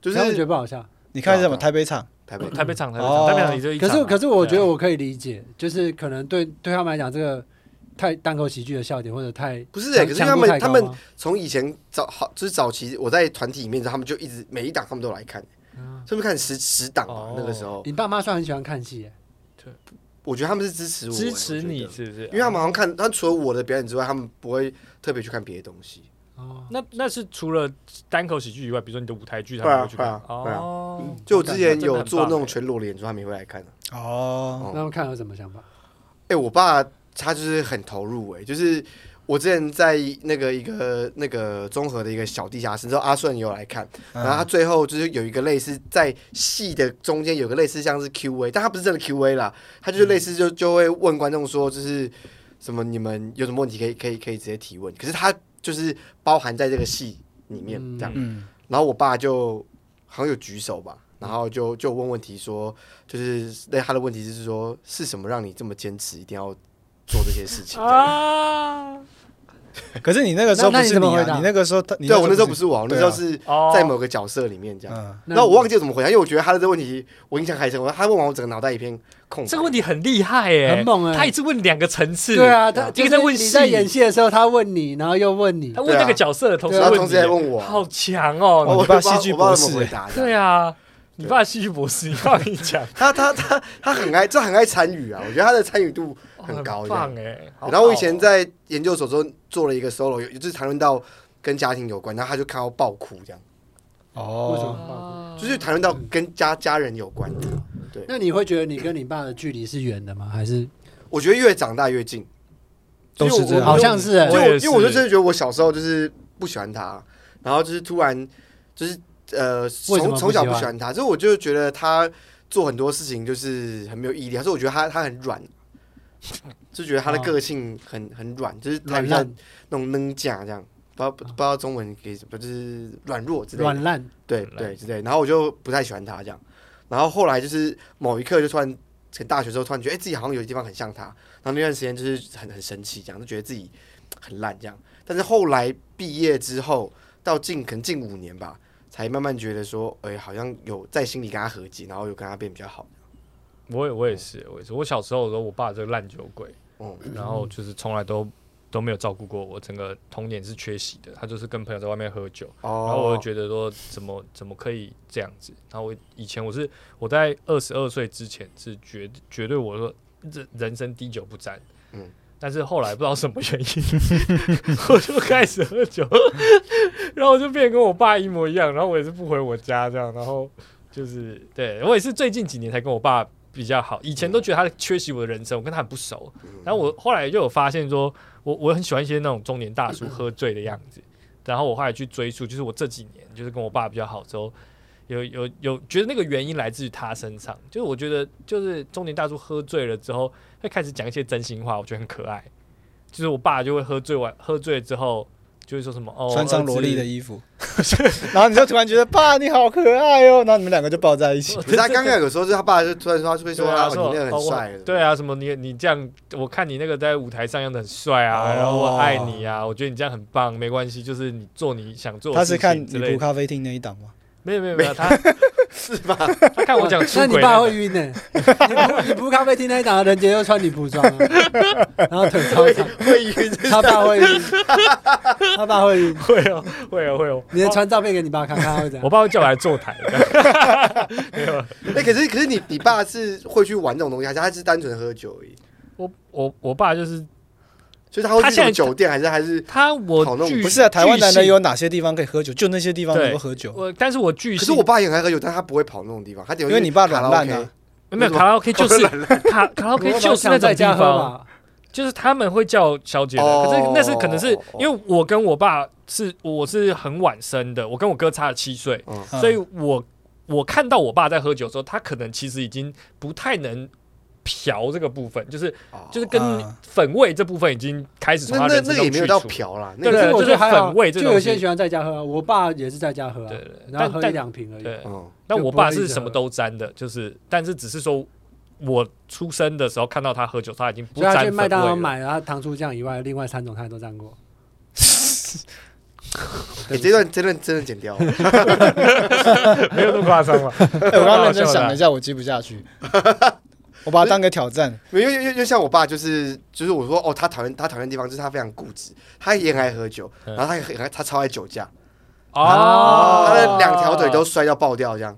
[SPEAKER 5] 就
[SPEAKER 1] 然后我觉得
[SPEAKER 5] 是
[SPEAKER 1] 不好笑。
[SPEAKER 2] 你看是什么
[SPEAKER 5] 对啊
[SPEAKER 2] 台北场？
[SPEAKER 5] 台北
[SPEAKER 4] 台北场，台北
[SPEAKER 2] 哦
[SPEAKER 4] 场，台北场也就一
[SPEAKER 1] 可
[SPEAKER 4] 场啊。
[SPEAKER 1] 是可是我觉
[SPEAKER 4] 对
[SPEAKER 1] 得
[SPEAKER 4] 啊
[SPEAKER 1] 我可以理解，就是可能对对他们来讲，这个太单口喜剧的笑点或者太
[SPEAKER 5] 不是哎、可是因为他
[SPEAKER 1] 强
[SPEAKER 5] 们
[SPEAKER 1] 度太
[SPEAKER 5] 他
[SPEAKER 1] 高
[SPEAKER 5] 们
[SPEAKER 1] 吗
[SPEAKER 5] 从以前早好就是早期我在团体里面的时候，他们就一直每一档他们都来看，他们看十十档吧、
[SPEAKER 4] 哦
[SPEAKER 5] 那个时候，
[SPEAKER 1] 你爸妈算很喜欢看戏耶，欸
[SPEAKER 5] 我觉得他们是支持我、
[SPEAKER 4] 支持
[SPEAKER 5] 哎我觉
[SPEAKER 4] 你
[SPEAKER 5] 得
[SPEAKER 4] 是不是？
[SPEAKER 5] 因为他们好像看，他除了我的表演之外，他们不会特别去看别的东西。
[SPEAKER 1] 哦，
[SPEAKER 4] 那那是除了单口喜剧以外，比如说你的舞台剧，他
[SPEAKER 5] 会啊
[SPEAKER 4] 们会去看
[SPEAKER 5] 会啊会啊
[SPEAKER 4] 哦。
[SPEAKER 5] 就我之前有做
[SPEAKER 4] 真的很棒欸
[SPEAKER 5] 那种全裸脸，就他们也会来看啊的。
[SPEAKER 2] 哦，
[SPEAKER 5] 哦
[SPEAKER 1] 那他们看了有什么想法？
[SPEAKER 5] 哎、我爸他就是很投入哎、就是我之前在那个一个那个综合的一个小地下室，之后阿顺也有来看，
[SPEAKER 2] 啊嗯
[SPEAKER 5] 然后他最后就是有一个类似在戏的中间有个类似像是 Q&A，但他不是真的 Q&A 啦，他就是类似就就会问观众说就是什么你们有什么问题可以可以可以直接提问，可是他就是包含在这个戏里面
[SPEAKER 1] 嗯
[SPEAKER 5] 这样，
[SPEAKER 2] 嗯，
[SPEAKER 5] 然后我爸就好像有举手吧，然后就就问问题说，就是那他的问题是说，是什么让你这么坚持一定要做这些事情？
[SPEAKER 4] 啊，
[SPEAKER 2] 可是你那个时候
[SPEAKER 1] 那
[SPEAKER 2] 不
[SPEAKER 1] 那你
[SPEAKER 2] 是
[SPEAKER 1] 怎么
[SPEAKER 2] 你
[SPEAKER 1] 回答
[SPEAKER 2] 啊，你那个时候他，你
[SPEAKER 5] 对我那时候不
[SPEAKER 2] 是，
[SPEAKER 5] 是我，我那
[SPEAKER 2] 对啊
[SPEAKER 5] 时候是
[SPEAKER 4] 哦
[SPEAKER 5] 在某个角色里面这样。
[SPEAKER 2] 嗯，
[SPEAKER 1] 那
[SPEAKER 5] 然后我忘记了怎么回答，因为我觉得他的这个问题我印象还深刻。他问完我整个脑袋一片空白。
[SPEAKER 4] 这个问题很厉害耶，
[SPEAKER 1] 很猛欸
[SPEAKER 4] 他一次问两个层次，
[SPEAKER 1] 对，啊，他
[SPEAKER 5] 一个
[SPEAKER 1] 就是
[SPEAKER 4] 在问
[SPEAKER 1] 你
[SPEAKER 4] 戏
[SPEAKER 1] 在演戏的时候，他问你，然后又问你
[SPEAKER 4] 他，问那个角色的同时
[SPEAKER 5] 然后
[SPEAKER 4] 问
[SPEAKER 5] 啊同
[SPEAKER 4] 你
[SPEAKER 5] 时还
[SPEAKER 4] 耶，
[SPEAKER 5] 问我，
[SPEAKER 4] 好强哦
[SPEAKER 5] 我
[SPEAKER 2] 你
[SPEAKER 5] 我
[SPEAKER 2] 爸
[SPEAKER 5] 不知道
[SPEAKER 2] 戏剧
[SPEAKER 5] 我不知
[SPEAKER 2] 博
[SPEAKER 5] 道怎么
[SPEAKER 2] 士
[SPEAKER 5] 回
[SPEAKER 2] 欸
[SPEAKER 5] 答的。
[SPEAKER 4] 对啊，你爸戏剧博士，你爸跟你讲，
[SPEAKER 5] 他他他他很爱，这很爱参与啊！我觉得他的参与度
[SPEAKER 4] 哦
[SPEAKER 5] <laughs> 很高这样
[SPEAKER 4] 棒哎。好
[SPEAKER 5] 然后我以
[SPEAKER 4] 好
[SPEAKER 5] 前
[SPEAKER 4] 哦
[SPEAKER 5] 在研究所之后做了一个 solo，有就是谈论到跟家庭有关，然后他就看到爆哭这样，
[SPEAKER 1] 为什么
[SPEAKER 2] 哦，
[SPEAKER 4] 啊
[SPEAKER 5] 就是谈论到跟家家人有关的。
[SPEAKER 1] 那你会觉得你跟你爸的距离是远的吗？还是
[SPEAKER 5] 我觉得越长大越近，
[SPEAKER 2] 都是这样
[SPEAKER 1] 好像是欸
[SPEAKER 5] 因
[SPEAKER 4] 我
[SPEAKER 5] 为我
[SPEAKER 4] 也是
[SPEAKER 5] 因为我就真的觉得我小时候就是不喜欢他，然后就是突然就是呃
[SPEAKER 1] 为什么
[SPEAKER 5] 从
[SPEAKER 1] 不
[SPEAKER 5] 从小
[SPEAKER 1] 喜
[SPEAKER 5] 不
[SPEAKER 1] 欢
[SPEAKER 5] 喜欢他，所以我就觉得他做很多事情就是很没有毅力，还是我觉得他他很软，就觉得他的
[SPEAKER 1] 哦
[SPEAKER 5] 个性很很软，就是他
[SPEAKER 1] 软
[SPEAKER 5] 比较
[SPEAKER 1] 烂？
[SPEAKER 5] 那种棱架这样。不知道不知道中文给什么，就是软弱之类的
[SPEAKER 1] 软。烂？
[SPEAKER 5] 对
[SPEAKER 4] 嗯来
[SPEAKER 5] 对之类，然后我就不太喜欢他这样，然后后来就是某一刻就突然，从大学之后突然觉得，哎、自己好像有些地方很像他，然后那段时间就是很很生气这样，就觉得自己很烂这样，但是后来毕业之后，到近可能近五年吧，才慢慢觉得说，哎、好像有在心里跟他和解，然后有跟他变比较好，
[SPEAKER 4] 我也我也是，我也是。我小时候的时候，我爸这个烂酒鬼，
[SPEAKER 5] 嗯，
[SPEAKER 4] 然后就是从来都都没有照顾过我，整个童年是缺席的。他就是跟朋友在外面喝酒，
[SPEAKER 5] 哦，
[SPEAKER 4] 然后我就觉得说，怎么怎么可以这样子？然后我以前我是我在二十二岁之前是绝绝对我说人人生滴酒不沾，
[SPEAKER 5] 嗯
[SPEAKER 4] 但是后来不知道什么原因， <laughs> 我就开始喝酒，然后我就变得跟我爸一模一样，然后我也是不回我家这样，然后就是对我也是最近几年才跟我爸比较好，以
[SPEAKER 5] 嗯
[SPEAKER 4] 前都觉得他缺席我的人生，我跟他很不熟，
[SPEAKER 2] 嗯
[SPEAKER 4] 然后我后来就有发现说，我我很喜欢一些那种中年大叔喝醉的样子。然后我后来去追溯，就是我这几年就是跟我爸比较好之后，有有有觉得那个原因来自于他身上，就是我觉得就是中年大叔喝醉了之后，会开始讲一些真心话，我觉得很可爱。就是我爸就会喝醉完，喝醉之后就会说什么哦，
[SPEAKER 2] 穿上
[SPEAKER 4] 儿子
[SPEAKER 2] 萝莉的衣服， <laughs> 然后你就突然觉得爸你好可爱哦，然后你们两个就抱在一起
[SPEAKER 4] 哦，
[SPEAKER 5] 可是他刚刚有时候就是他爸就突然说，他会说
[SPEAKER 4] 对啊，
[SPEAKER 5] 他、哦、你
[SPEAKER 4] 哦
[SPEAKER 5] 那个很
[SPEAKER 4] 我
[SPEAKER 5] 帅、
[SPEAKER 4] 对啊，什么你你这样，我看你那个在舞台上样的很帅啊，
[SPEAKER 2] 哦
[SPEAKER 4] 然后我爱你啊，我觉得你这样很棒，没关系，就是你做你想做的
[SPEAKER 2] 他是
[SPEAKER 4] 事
[SPEAKER 2] 看
[SPEAKER 4] 情
[SPEAKER 2] 女
[SPEAKER 4] 之类
[SPEAKER 2] 仆
[SPEAKER 4] 的。
[SPEAKER 2] 咖啡厅那一档吗？
[SPEAKER 4] 没有没有没有，他
[SPEAKER 5] 是吧？
[SPEAKER 4] 他看我讲出
[SPEAKER 1] 那
[SPEAKER 4] 轨
[SPEAKER 1] 你
[SPEAKER 4] 个，
[SPEAKER 1] 爸会晕呢？你不你不咖啡厅那一档，人杰又穿女仆装 <laughs> 啊，然后腿超
[SPEAKER 5] 会
[SPEAKER 1] 长，
[SPEAKER 5] <laughs> 会
[SPEAKER 4] <laughs>
[SPEAKER 5] 晕，
[SPEAKER 1] 他爸会 <laughs> 晕，他爸会晕。
[SPEAKER 4] 会哦会哦会哦，
[SPEAKER 1] 你能传照片给你爸看，看他会怎
[SPEAKER 4] 我
[SPEAKER 1] 样？
[SPEAKER 4] 爸会叫我来坐台，
[SPEAKER 5] 哎、可是可是你你爸是会去玩这种东西，还是他是单纯喝酒而已？
[SPEAKER 4] 我我我爸就是
[SPEAKER 5] 所以他会
[SPEAKER 4] 他
[SPEAKER 5] 去
[SPEAKER 4] 现
[SPEAKER 5] 那
[SPEAKER 4] 在
[SPEAKER 5] 种酒店，还是还是
[SPEAKER 4] 他，我
[SPEAKER 5] 好那种
[SPEAKER 4] 巨
[SPEAKER 2] 不是啊，台湾男人
[SPEAKER 4] 巨
[SPEAKER 2] 有哪些地方可以喝酒？就那些地方能够喝
[SPEAKER 4] 信
[SPEAKER 2] 酒，
[SPEAKER 4] 我，但是我巨
[SPEAKER 5] 可是
[SPEAKER 4] 信
[SPEAKER 5] 我爸也很爱喝酒，但他不会跑那种地方，他因
[SPEAKER 2] 因为你爸软烂啊
[SPEAKER 5] 啊。
[SPEAKER 4] 没有
[SPEAKER 5] 为什么
[SPEAKER 4] 卡拉 OK
[SPEAKER 5] <laughs>
[SPEAKER 4] 就是卡卡拉 OK 就是那种
[SPEAKER 1] 在
[SPEAKER 4] 地
[SPEAKER 1] 家喝啊
[SPEAKER 4] 方，
[SPEAKER 1] 吧。
[SPEAKER 4] 就是他们会叫小姐的，
[SPEAKER 5] 哦
[SPEAKER 4] 可是那是可能是
[SPEAKER 5] 哦哦
[SPEAKER 4] 因为我跟我爸是我是很晚生的，我跟我哥差了七岁，
[SPEAKER 2] 嗯
[SPEAKER 4] 所以我我看到我爸在喝酒的时候，他可能其实已经不太能嫖这个部分，就是
[SPEAKER 5] 哦
[SPEAKER 4] 就是跟
[SPEAKER 2] 嗯
[SPEAKER 4] 粉味这部分已经开始从
[SPEAKER 5] 那
[SPEAKER 4] 他
[SPEAKER 5] 那
[SPEAKER 4] 人生
[SPEAKER 5] 那
[SPEAKER 4] 中
[SPEAKER 5] 个也没有到
[SPEAKER 4] 去除
[SPEAKER 5] 嫖啦，那
[SPEAKER 4] 对
[SPEAKER 1] 可
[SPEAKER 5] 个
[SPEAKER 1] 是我觉得还
[SPEAKER 4] 就是
[SPEAKER 1] 好
[SPEAKER 4] 粉，味这
[SPEAKER 1] 就
[SPEAKER 4] 东西
[SPEAKER 1] 有些人喜欢在家喝啊。我爸也是在家喝啊
[SPEAKER 4] 对对对，
[SPEAKER 1] 然后
[SPEAKER 4] 但
[SPEAKER 1] 喝
[SPEAKER 4] 但
[SPEAKER 1] 一两瓶而已。
[SPEAKER 4] 对，
[SPEAKER 5] 嗯，
[SPEAKER 4] 但
[SPEAKER 1] 就
[SPEAKER 4] 我
[SPEAKER 1] 不
[SPEAKER 4] 爸
[SPEAKER 1] 会一
[SPEAKER 4] 是
[SPEAKER 1] 直
[SPEAKER 4] 什么
[SPEAKER 1] 喝
[SPEAKER 4] 都沾的，就是，但是只是说我出生的时候看到他喝酒，他已经不
[SPEAKER 1] 所以他
[SPEAKER 4] 沾
[SPEAKER 1] 去
[SPEAKER 4] 粉
[SPEAKER 1] 麦当劳
[SPEAKER 4] 味了
[SPEAKER 1] 买了他糖醋酱以外，另外三种他都蘸过。
[SPEAKER 5] 你欸这段真的真的剪掉，哦
[SPEAKER 4] 没有那么夸张嘛。
[SPEAKER 2] <laughs> 哎我刚刚认真想了一下，我接不下去，我把它当个挑战。
[SPEAKER 5] 因为因为因为像我爸就是就是我说哦，他讨厌他讨厌的地方就是他非常固执，他也很爱喝酒，
[SPEAKER 4] 嗯
[SPEAKER 5] 然后他也很爱他超爱酒驾，
[SPEAKER 4] <laughs> 哦，
[SPEAKER 5] 他的两条腿都摔到爆掉这样，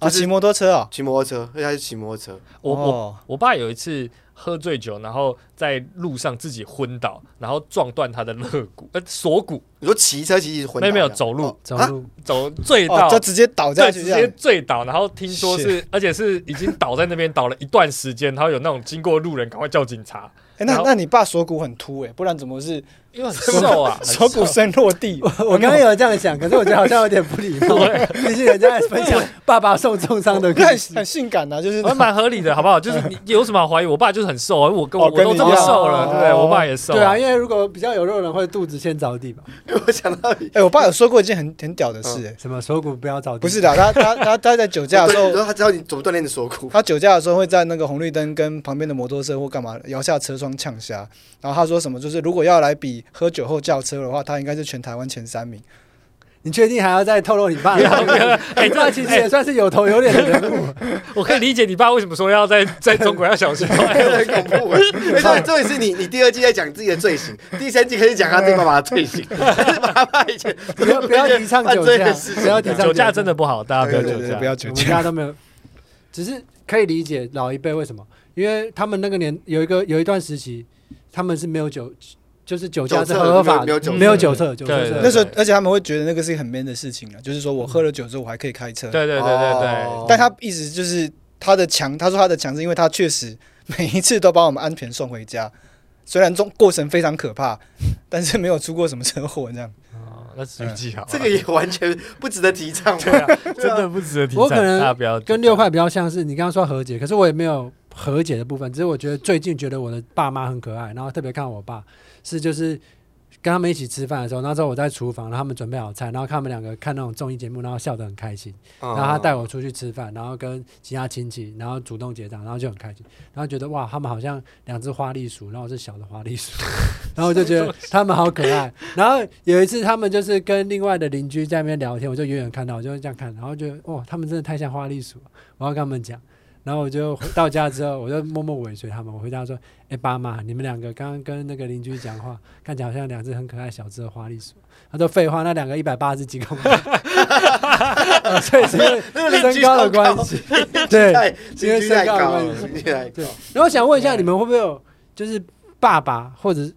[SPEAKER 2] 啊，骑摩托车啊，
[SPEAKER 5] 骑摩托车，而且他是骑摩托车，
[SPEAKER 4] 我我
[SPEAKER 2] 哦
[SPEAKER 4] 我爸有一次，喝醉酒，然后在路上自己昏倒，然后撞断他的肋骨、呃锁骨，
[SPEAKER 5] 你说骑车骑骑混
[SPEAKER 4] 没有
[SPEAKER 5] 倒这
[SPEAKER 4] 没
[SPEAKER 5] 样，
[SPEAKER 4] 有走路
[SPEAKER 5] 哦
[SPEAKER 1] 走
[SPEAKER 5] 啊
[SPEAKER 1] 路
[SPEAKER 4] 走醉
[SPEAKER 2] 哦
[SPEAKER 4] 到，
[SPEAKER 2] 就直接倒
[SPEAKER 4] 对，
[SPEAKER 2] 下去
[SPEAKER 4] 直
[SPEAKER 2] 这
[SPEAKER 4] 接
[SPEAKER 2] 样。
[SPEAKER 4] 醉倒，然后听说是，而且是已经倒在那边倒了一段时间，然后有那种经过路人赶快叫警察，
[SPEAKER 2] 哎，那
[SPEAKER 4] 然后
[SPEAKER 2] 那你爸锁骨很凸哎，不然怎么是
[SPEAKER 4] 因为很瘦啊，很
[SPEAKER 2] 锁骨
[SPEAKER 4] 瘦
[SPEAKER 2] 深落地？
[SPEAKER 1] 我刚刚有这样想，可是我觉得好像有点不礼貌， <laughs> 毕竟人家在分享爸爸受重伤的故
[SPEAKER 2] 那很
[SPEAKER 1] 事。
[SPEAKER 2] 很性感呐，就是
[SPEAKER 4] 还蛮合理的，好不好？就是
[SPEAKER 2] <laughs>
[SPEAKER 4] 你有什么好怀疑？我爸就是很瘦啊，我跟我
[SPEAKER 2] 哦
[SPEAKER 4] 我
[SPEAKER 2] 跟
[SPEAKER 4] 都
[SPEAKER 2] 你
[SPEAKER 4] 这么
[SPEAKER 2] 一样
[SPEAKER 4] 瘦了，对不对？
[SPEAKER 2] 哦
[SPEAKER 4] 我爸也瘦，
[SPEAKER 1] 对啊，因为如果比较有肉的人会肚子先着地吧？
[SPEAKER 5] <laughs> 我想到你
[SPEAKER 2] 哎，我爸有说过一件很很屌的事哎，
[SPEAKER 1] 什么锁骨不要着地？
[SPEAKER 2] 不是的，他他他他在酒驾的时
[SPEAKER 5] <laughs> 对
[SPEAKER 2] 候
[SPEAKER 5] 你，说他知道你怎么锻炼你锁骨，
[SPEAKER 2] 他酒驾的时候会在那个红绿灯跟旁边的摩托车或干嘛摇下车窗呛虾，然后他说什么就是如果要来比喝酒后叫车的话，他应该是全台湾前三名。
[SPEAKER 1] 你确定还要再透露你爸？你爸其实也算是有头有脸的人物。
[SPEAKER 4] 哎我可以理解你爸为什么说要在在中国要小
[SPEAKER 2] <laughs>
[SPEAKER 4] 心。
[SPEAKER 5] 很恐怖 <laughs> 哎。而且重点是你，你第二季在讲自己的罪行，第三季开始讲他对爸爸的
[SPEAKER 1] <laughs>
[SPEAKER 5] 罪行， <laughs> 但是爸爸以前
[SPEAKER 1] 不要不要提倡酒驾，不要提倡
[SPEAKER 4] 酒驾真的不好，大家不要
[SPEAKER 2] 对
[SPEAKER 4] 酒
[SPEAKER 2] 对
[SPEAKER 4] 驾，
[SPEAKER 2] 对不要
[SPEAKER 1] 我
[SPEAKER 2] 酒
[SPEAKER 1] 们
[SPEAKER 2] 驾。
[SPEAKER 1] 家都没有，只是可以理解老一辈为什么，因为他们那个年有一个有一段时期，他们是没有酒，就是酒驾是合法
[SPEAKER 5] 没有
[SPEAKER 1] 的，
[SPEAKER 5] 酒
[SPEAKER 4] 测
[SPEAKER 1] 没有酒测，酒测
[SPEAKER 4] 对
[SPEAKER 1] 是合法的
[SPEAKER 2] 那时候，而且他们会觉得那个是一个很 man 的事情啊，就是说我喝了酒之后我还可以开车。
[SPEAKER 4] 对对对对对，
[SPEAKER 1] 哦
[SPEAKER 2] 但他一直就是他的强，他说他的强是因为他确实每一次都把我们安全送回家，虽然中过程非常可怕， <laughs> 但是没有出过什么车祸这样。
[SPEAKER 4] 哦那是记好了，
[SPEAKER 5] 这个也完全不值得提倡
[SPEAKER 4] 对
[SPEAKER 5] 嘛。
[SPEAKER 4] 啊， <laughs> 真的不值得提倡。
[SPEAKER 1] 我可能
[SPEAKER 4] 大家不要
[SPEAKER 1] 跟六块比较像是，你刚刚说和解，可是我也没有和解的部分，只是我觉得最近觉得我的爸妈很可爱，然后特别看我爸是就是。跟他们一起吃饭的时候，那时候我在厨房，然后他们准备好菜，然后看他们两个看那种综艺节目，然后笑得很开心。
[SPEAKER 5] 哦
[SPEAKER 1] 然后他带我出去吃饭，然后跟其他亲戚，然后主动结账，然后就很开心，然后觉得哇，他们好像两只花栗鼠，然后我是小的花栗鼠， <laughs> 然后我就觉得他们好可爱。然后有一次他们就是跟另外的邻居在那边聊天，我就远远看到，我就这样看，然后觉得哇，他们真的太像花栗鼠了，我要跟他们讲。然后我就回到家之后，我就默默尾随他们。我回家说：“哎，爸妈，你们两个刚刚跟那个邻居讲话，看起来好像两只很可爱小只的花栗鼠。”他说：“废话，那两个一百八十几公分，呃所以是因为
[SPEAKER 5] 那个邻
[SPEAKER 1] 身
[SPEAKER 5] 居
[SPEAKER 1] 高
[SPEAKER 5] 超
[SPEAKER 1] 的关
[SPEAKER 5] 高
[SPEAKER 1] 系。对，
[SPEAKER 5] 太
[SPEAKER 1] 因为
[SPEAKER 5] 邻居太
[SPEAKER 1] 身高的
[SPEAKER 5] 高
[SPEAKER 1] 关
[SPEAKER 5] 了，
[SPEAKER 1] 系
[SPEAKER 5] 邻居太高
[SPEAKER 1] 对。然后我想问一下，你们会不会有就是爸爸或者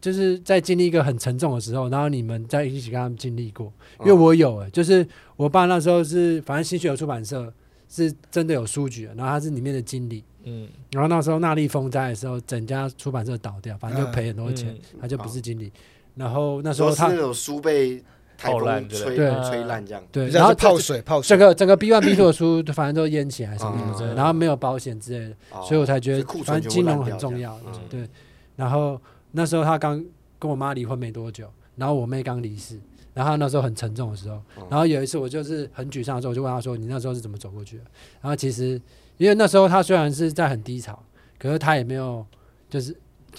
[SPEAKER 1] 就是在经历一个很沉重的时候，然后你们在一起跟他们经历过？因为我有、欸，就是我爸那时候是反正新学有出版社是真的有书局的，然后他是里面的经理。
[SPEAKER 4] 嗯，
[SPEAKER 1] 然后那时候那莉风灾的时候，整家出版社倒掉，反正就赔很多钱，
[SPEAKER 4] 嗯
[SPEAKER 1] 他就不是经理。然后那时
[SPEAKER 5] 说
[SPEAKER 1] 候
[SPEAKER 5] 是
[SPEAKER 1] 他
[SPEAKER 5] 那种书被台
[SPEAKER 4] 泡烂
[SPEAKER 5] 风
[SPEAKER 4] 之
[SPEAKER 5] 吹
[SPEAKER 1] 类
[SPEAKER 4] 的
[SPEAKER 5] 吹烂这样，
[SPEAKER 1] 对，然
[SPEAKER 2] 然
[SPEAKER 1] 后
[SPEAKER 2] 后泡水泡水
[SPEAKER 1] 整，个整个 B one B two 的书，反正都淹起来什么什么之类的，
[SPEAKER 4] 嗯
[SPEAKER 1] 然后没有保险之类的，
[SPEAKER 5] 哦
[SPEAKER 1] 所以我才觉
[SPEAKER 5] 所以
[SPEAKER 1] 得
[SPEAKER 5] 库
[SPEAKER 1] 反正
[SPEAKER 5] 存全部
[SPEAKER 1] 金融
[SPEAKER 5] 烂
[SPEAKER 1] 很
[SPEAKER 5] 掉
[SPEAKER 1] 重
[SPEAKER 5] 这样
[SPEAKER 1] 要。
[SPEAKER 5] 嗯
[SPEAKER 1] 对，然后那时候他刚跟我妈离婚没多久，然后我妹刚离世，然后她那时候很沉重的时候，
[SPEAKER 5] 嗯
[SPEAKER 1] 然后有一次我就是很沮丧的时候，我就问她说：“你那时候是怎么走过去的？”然后其实因为那时候她虽然是在很低潮，可是她也没有就是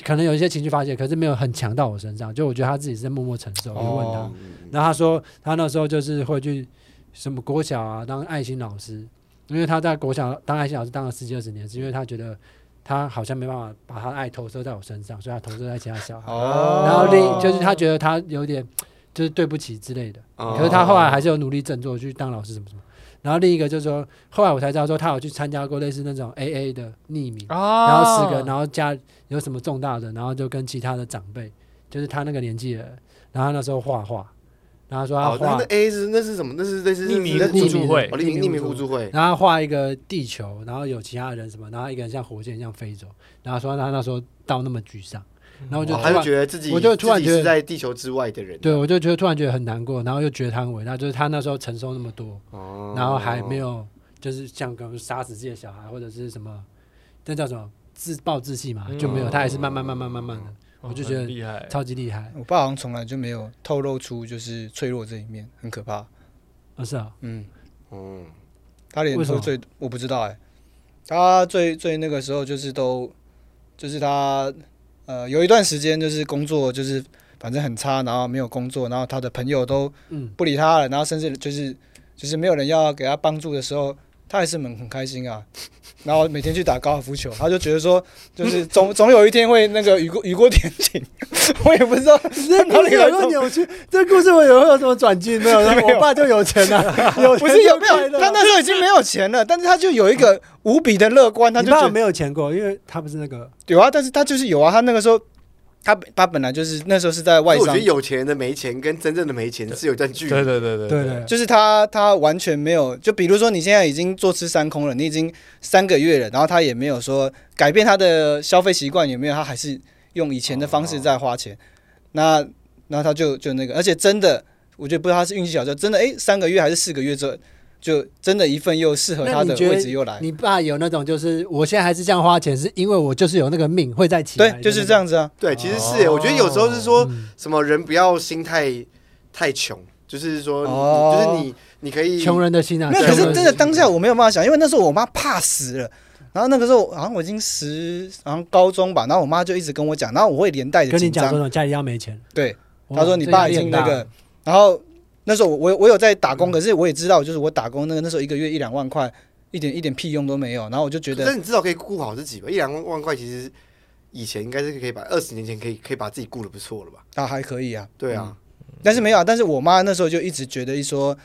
[SPEAKER 1] 可能有一些情绪发泄，可是没有很强到我身上，就我觉得她自己是在默默承受。我就问她，
[SPEAKER 5] 嗯
[SPEAKER 2] 哦
[SPEAKER 1] 然后他说他那时候就是会去什么国小啊当爱心老师，因为他在国小当爱心老师当了十几二十年，是因为他觉得他好像没办法把他的爱投射在我身上，所以他投射在其他小孩。
[SPEAKER 2] 哦
[SPEAKER 1] 然后另就是他觉得他有点就是对不起之类的，
[SPEAKER 5] 哦
[SPEAKER 1] 可是他后来还是有努力振作去当老师什么什么。然后另一个就是说，后来我才知道说他有去参加过类似那种 A A 的匿名，
[SPEAKER 4] 哦
[SPEAKER 1] 然后十个，然后加有什么重大的，然后就跟其他的长辈，就是他那个年纪的人，然后他那时候画画，然后他说他
[SPEAKER 5] 哦，那
[SPEAKER 1] 画，
[SPEAKER 5] 那 A 是那是什么？那是那是
[SPEAKER 4] 匿名
[SPEAKER 5] 那是
[SPEAKER 4] 互助会
[SPEAKER 5] 哦，匿名匿名互助会。
[SPEAKER 1] 然后他画一个地球，然后有其他人什么，然后一个人像火箭一样飞走，然后说他那时候到那么沮丧，然后我就
[SPEAKER 5] 哦
[SPEAKER 1] 突
[SPEAKER 5] 他
[SPEAKER 1] 然、
[SPEAKER 5] 就觉得自己，
[SPEAKER 1] 我就突然
[SPEAKER 5] 自己
[SPEAKER 1] 觉得
[SPEAKER 5] 是在地球之外的人，
[SPEAKER 1] 对我就觉得突然觉得很难过，然后又觉得他很伟大，就是他那时候承受那么多，
[SPEAKER 5] 哦，
[SPEAKER 1] 然后还没有就是像刚刚杀死自己的小孩或者是什么，那叫什么自暴自弃
[SPEAKER 2] 嗯
[SPEAKER 1] 嘛，就没有，他还是慢慢慢慢慢慢的，我就觉
[SPEAKER 4] 哦很
[SPEAKER 1] 得
[SPEAKER 4] 厉害，
[SPEAKER 1] 超级厉害，
[SPEAKER 2] 我爸好像从来就没有透露出就是脆弱这一面，很可怕。
[SPEAKER 1] 啊是
[SPEAKER 2] <laughs>
[SPEAKER 1] 啊，
[SPEAKER 2] 嗯，
[SPEAKER 5] 嗯，
[SPEAKER 2] 他连
[SPEAKER 1] 为什么
[SPEAKER 2] 说最我不知道哎、他最最那个时候就是都就是他呃有一段时间就是工作就是反正很差，然后没有工作，然后他的朋友都
[SPEAKER 1] 嗯。
[SPEAKER 2] 不理他了，然后甚至就是就是没有人要给他帮助的时候，他还是很很开心啊。然后每天去打高尔夫球，他就觉得说，就是
[SPEAKER 1] <laughs>
[SPEAKER 2] 总总有一天会那个雨过雨过天晴。 <laughs> 我也不知道，
[SPEAKER 1] 这故事有多扭曲？这故事我有有什么转进没有？
[SPEAKER 2] <laughs>
[SPEAKER 1] 然后我爸就有钱啊，有
[SPEAKER 2] 不是有没
[SPEAKER 1] 没
[SPEAKER 2] 有？他那时候已经没有钱了，但是他就有一个无比的乐观，他
[SPEAKER 1] 你
[SPEAKER 2] 就觉
[SPEAKER 1] 爸
[SPEAKER 2] 得
[SPEAKER 1] 没有钱过，因为他不是那个
[SPEAKER 2] 有啊，但是他就是有啊，他那个时候，他他本来就是那时候是在
[SPEAKER 5] 所
[SPEAKER 2] 外
[SPEAKER 5] 以我觉
[SPEAKER 2] 商
[SPEAKER 5] 得，有钱人的没钱跟真正的没钱是有段距离
[SPEAKER 4] 对
[SPEAKER 5] 的。
[SPEAKER 4] 对对对
[SPEAKER 1] 对对，
[SPEAKER 2] 就是他他完全没有，就比如说你现在已经坐吃山空了，你已经三个月了，然后他也没有说改变他的消费习惯，也没有，他还是用以前的方式在花钱。那那他就就那个，而且真的，我觉得不知道他是运气好，就真的诶，三个月还是四个月之后，就真的一份又适合
[SPEAKER 1] 那
[SPEAKER 2] 他
[SPEAKER 1] 你
[SPEAKER 2] 的
[SPEAKER 1] 觉得
[SPEAKER 2] 位置又来，
[SPEAKER 1] 你爸有那种就是我现在还是这样花钱，是因为我就是有那个命会再起来的那，
[SPEAKER 2] 对
[SPEAKER 1] 个，
[SPEAKER 2] 就是这样子啊。
[SPEAKER 5] 对，其实是耶、
[SPEAKER 4] 哦
[SPEAKER 5] 我觉得有时候是说
[SPEAKER 1] 嗯
[SPEAKER 5] 什么人不要心态太穷，就是说你，
[SPEAKER 2] 哦
[SPEAKER 5] 就是你，你可以
[SPEAKER 1] 穷人的心啊。
[SPEAKER 2] 没有，
[SPEAKER 5] 对
[SPEAKER 2] 可
[SPEAKER 1] 穷
[SPEAKER 2] 是
[SPEAKER 1] 人
[SPEAKER 2] 真的当下我没有办法想，因为那时候我妈怕死了。然后那个时候好像我已经十，好像高中吧，然后我妈就一直跟我讲，然后我会连带着
[SPEAKER 1] 跟你
[SPEAKER 2] 紧
[SPEAKER 1] 讲
[SPEAKER 2] 张
[SPEAKER 1] 说，什么家里要没钱，
[SPEAKER 2] 对，
[SPEAKER 1] 哇
[SPEAKER 2] 他说你
[SPEAKER 1] 这
[SPEAKER 2] 爸
[SPEAKER 1] 压
[SPEAKER 2] 已
[SPEAKER 1] 力
[SPEAKER 2] 经
[SPEAKER 1] 很啊大
[SPEAKER 2] 那
[SPEAKER 1] 嗯
[SPEAKER 2] 个，然后那时候我我有在打工，可是我也知道，就是我打工那个那时候一个月一两万块，一点一点屁用都没有，然后我就觉
[SPEAKER 5] 但
[SPEAKER 2] 得
[SPEAKER 5] 你至少可以顾好自己吧。一两万块其实以前应该是可以把二十年前可以可以把自己顾的不错了吧？
[SPEAKER 2] 啊还可以啊，
[SPEAKER 5] 对啊，
[SPEAKER 2] 但是没有啊，但是我妈那时候就一直觉得一说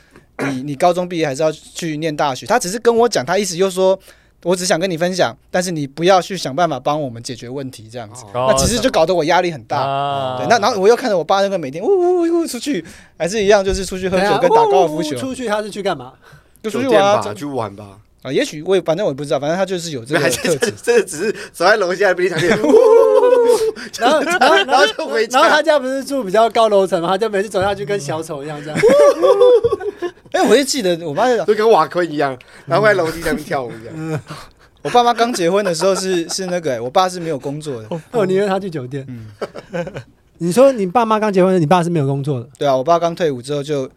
[SPEAKER 2] 你你高中毕业还是要去念大学，她只是跟我讲，她意思就是说我只想跟你分享，但是你不要去想办法帮我们解决问题这样子，
[SPEAKER 5] 哦
[SPEAKER 4] 哦
[SPEAKER 2] 那其实就搞得我压力很大。
[SPEAKER 4] 啊
[SPEAKER 2] 对，那然后我又看着我爸那个每天呜呜呜呜出去，还是一样，就是出去喝
[SPEAKER 1] 等一
[SPEAKER 2] 酒
[SPEAKER 1] 下
[SPEAKER 2] 跟打高尔夫
[SPEAKER 1] 啊呜
[SPEAKER 2] 球，
[SPEAKER 1] 哎出去他是去干嘛？
[SPEAKER 2] 就出
[SPEAKER 5] 酒
[SPEAKER 2] 去
[SPEAKER 5] 店
[SPEAKER 2] 玩啊
[SPEAKER 5] 吧，去玩吧。
[SPEAKER 2] 啊，也许我也反正我也不知道，反正他就是有这
[SPEAKER 5] 没
[SPEAKER 2] 个
[SPEAKER 5] 有，
[SPEAKER 2] 特
[SPEAKER 5] 这这
[SPEAKER 2] 质。
[SPEAKER 5] 这只是走在楼下被你抢电，
[SPEAKER 1] 然后然后然
[SPEAKER 5] 然
[SPEAKER 1] 后
[SPEAKER 5] 后就回
[SPEAKER 1] 然后他
[SPEAKER 5] 家。
[SPEAKER 1] 家不是住比较高楼层嘛，他就每次走下去跟小丑一样这
[SPEAKER 2] <laughs>
[SPEAKER 1] 样。
[SPEAKER 2] 哎，我就记得我妈，
[SPEAKER 5] 就跟瓦昆一样，然后在楼梯上面跳舞一样。
[SPEAKER 2] 我爸妈刚结婚的时候是 <laughs> 是那个、哎我爸是没有工作的，
[SPEAKER 1] 我宁哦愿他去酒店。
[SPEAKER 2] 嗯
[SPEAKER 1] <laughs> 你说你爸妈刚结婚，你爸是没有工作的，
[SPEAKER 2] 对啊，我爸刚退伍之后就，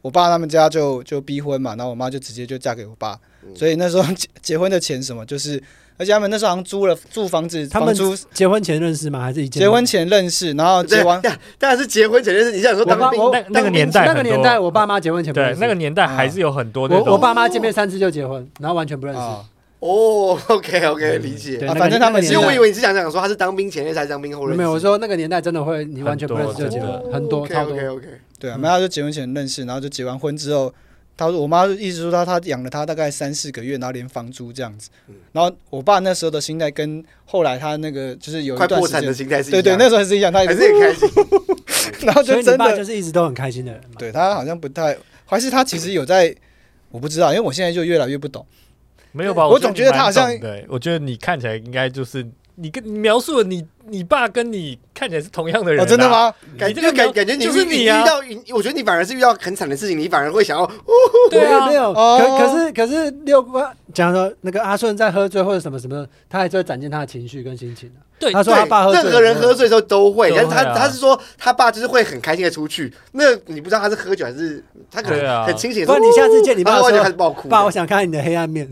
[SPEAKER 2] 我爸他们家就就逼婚嘛，然后我妈就直接就嫁给我爸，所以那时候结结婚的钱什么就是，而且他们那时候好像租了住房子，
[SPEAKER 1] 他们
[SPEAKER 2] 房租
[SPEAKER 1] 结婚前认识吗？还是一见
[SPEAKER 2] 结
[SPEAKER 1] 面
[SPEAKER 2] 婚？前认识，然后结完
[SPEAKER 5] 对，当然是结婚前认识。你想说
[SPEAKER 1] 我
[SPEAKER 5] 当
[SPEAKER 1] 爸
[SPEAKER 5] 兵
[SPEAKER 1] 我
[SPEAKER 4] 那那
[SPEAKER 1] 当
[SPEAKER 4] 个
[SPEAKER 1] 兵
[SPEAKER 4] 年代
[SPEAKER 1] 那个
[SPEAKER 4] 很多
[SPEAKER 1] 年代，我爸妈结婚前不
[SPEAKER 4] 对
[SPEAKER 1] 认识
[SPEAKER 4] 那个年代还是有很多那
[SPEAKER 1] 我我
[SPEAKER 4] 种，
[SPEAKER 1] 爸妈见面三次就结婚，然后完全不认识。
[SPEAKER 2] 啊，
[SPEAKER 5] 哦，OK OK，理解。
[SPEAKER 1] 对，
[SPEAKER 2] 啊
[SPEAKER 1] 那个
[SPEAKER 2] 反正他们
[SPEAKER 1] 那
[SPEAKER 5] 其
[SPEAKER 1] 个
[SPEAKER 5] 实
[SPEAKER 1] 年代
[SPEAKER 5] 我以为你是想讲说他是当兵前认识还是当兵后认识。哦
[SPEAKER 1] 没有，我说那个年代真的会，你完全不认识就
[SPEAKER 4] 很
[SPEAKER 1] 结
[SPEAKER 4] 多
[SPEAKER 1] 婚，很多超多
[SPEAKER 5] OK。OK，
[SPEAKER 2] 对啊，
[SPEAKER 1] 嗯
[SPEAKER 2] 然后就结婚前认识，然后就结完婚之后，他说我妈就一直说她她养了他大概三四个月，然后连房租这样子
[SPEAKER 5] 嗯。
[SPEAKER 2] 然后我爸那时候的心态跟后来他那个就是有
[SPEAKER 5] 快
[SPEAKER 2] 一段
[SPEAKER 5] 破
[SPEAKER 2] 时
[SPEAKER 5] 产的
[SPEAKER 2] 间，
[SPEAKER 5] 心态是
[SPEAKER 2] 对对，那时候还是一样，他也
[SPEAKER 5] 还是
[SPEAKER 1] <laughs>
[SPEAKER 5] 很开心。
[SPEAKER 2] 然后
[SPEAKER 1] 所
[SPEAKER 2] 就
[SPEAKER 1] 以你
[SPEAKER 2] 真
[SPEAKER 1] 爸
[SPEAKER 2] 的
[SPEAKER 1] 就是一直都很开心的人嘛。
[SPEAKER 2] 对他好像不太，还是他其实有在，我不知道，因为我现在就越来越不懂。
[SPEAKER 4] 没有吧？
[SPEAKER 2] 我总觉得他好像
[SPEAKER 4] 对，我觉得你看起来应该就是你跟你描述了你你爸跟你看起来是同样的人、啊
[SPEAKER 2] 哦，真的？吗？
[SPEAKER 5] 感
[SPEAKER 4] 你这
[SPEAKER 5] 觉
[SPEAKER 4] 个
[SPEAKER 5] 感
[SPEAKER 4] 描
[SPEAKER 5] 感觉你
[SPEAKER 4] 就是
[SPEAKER 5] 你
[SPEAKER 4] 你啊
[SPEAKER 5] 遇到，你我觉得你反而是遇到很惨的事情，你反而会想要
[SPEAKER 4] 对啊
[SPEAKER 1] 没有没，有。
[SPEAKER 2] 哦
[SPEAKER 1] 可可是可是六瓜讲说那个阿顺在喝醉或者什么什么，他还是会展现他的情绪跟心情的。啊
[SPEAKER 4] 对
[SPEAKER 1] 他说他爸喝醉，
[SPEAKER 5] 任何人喝醉的时候都会，
[SPEAKER 4] 都会啊
[SPEAKER 5] 但是他他是说他爸就是会很开心的出去，那你不知道他是喝酒还是他可
[SPEAKER 4] 对啊
[SPEAKER 5] 能很清醒
[SPEAKER 1] 不
[SPEAKER 5] 的
[SPEAKER 1] 然
[SPEAKER 5] 时
[SPEAKER 1] 你
[SPEAKER 5] 候。
[SPEAKER 1] 下次见你
[SPEAKER 5] 然
[SPEAKER 1] 爸
[SPEAKER 5] 后他就开
[SPEAKER 1] 说
[SPEAKER 5] 始爆哭。：“
[SPEAKER 1] 爸，我想看你的黑暗面。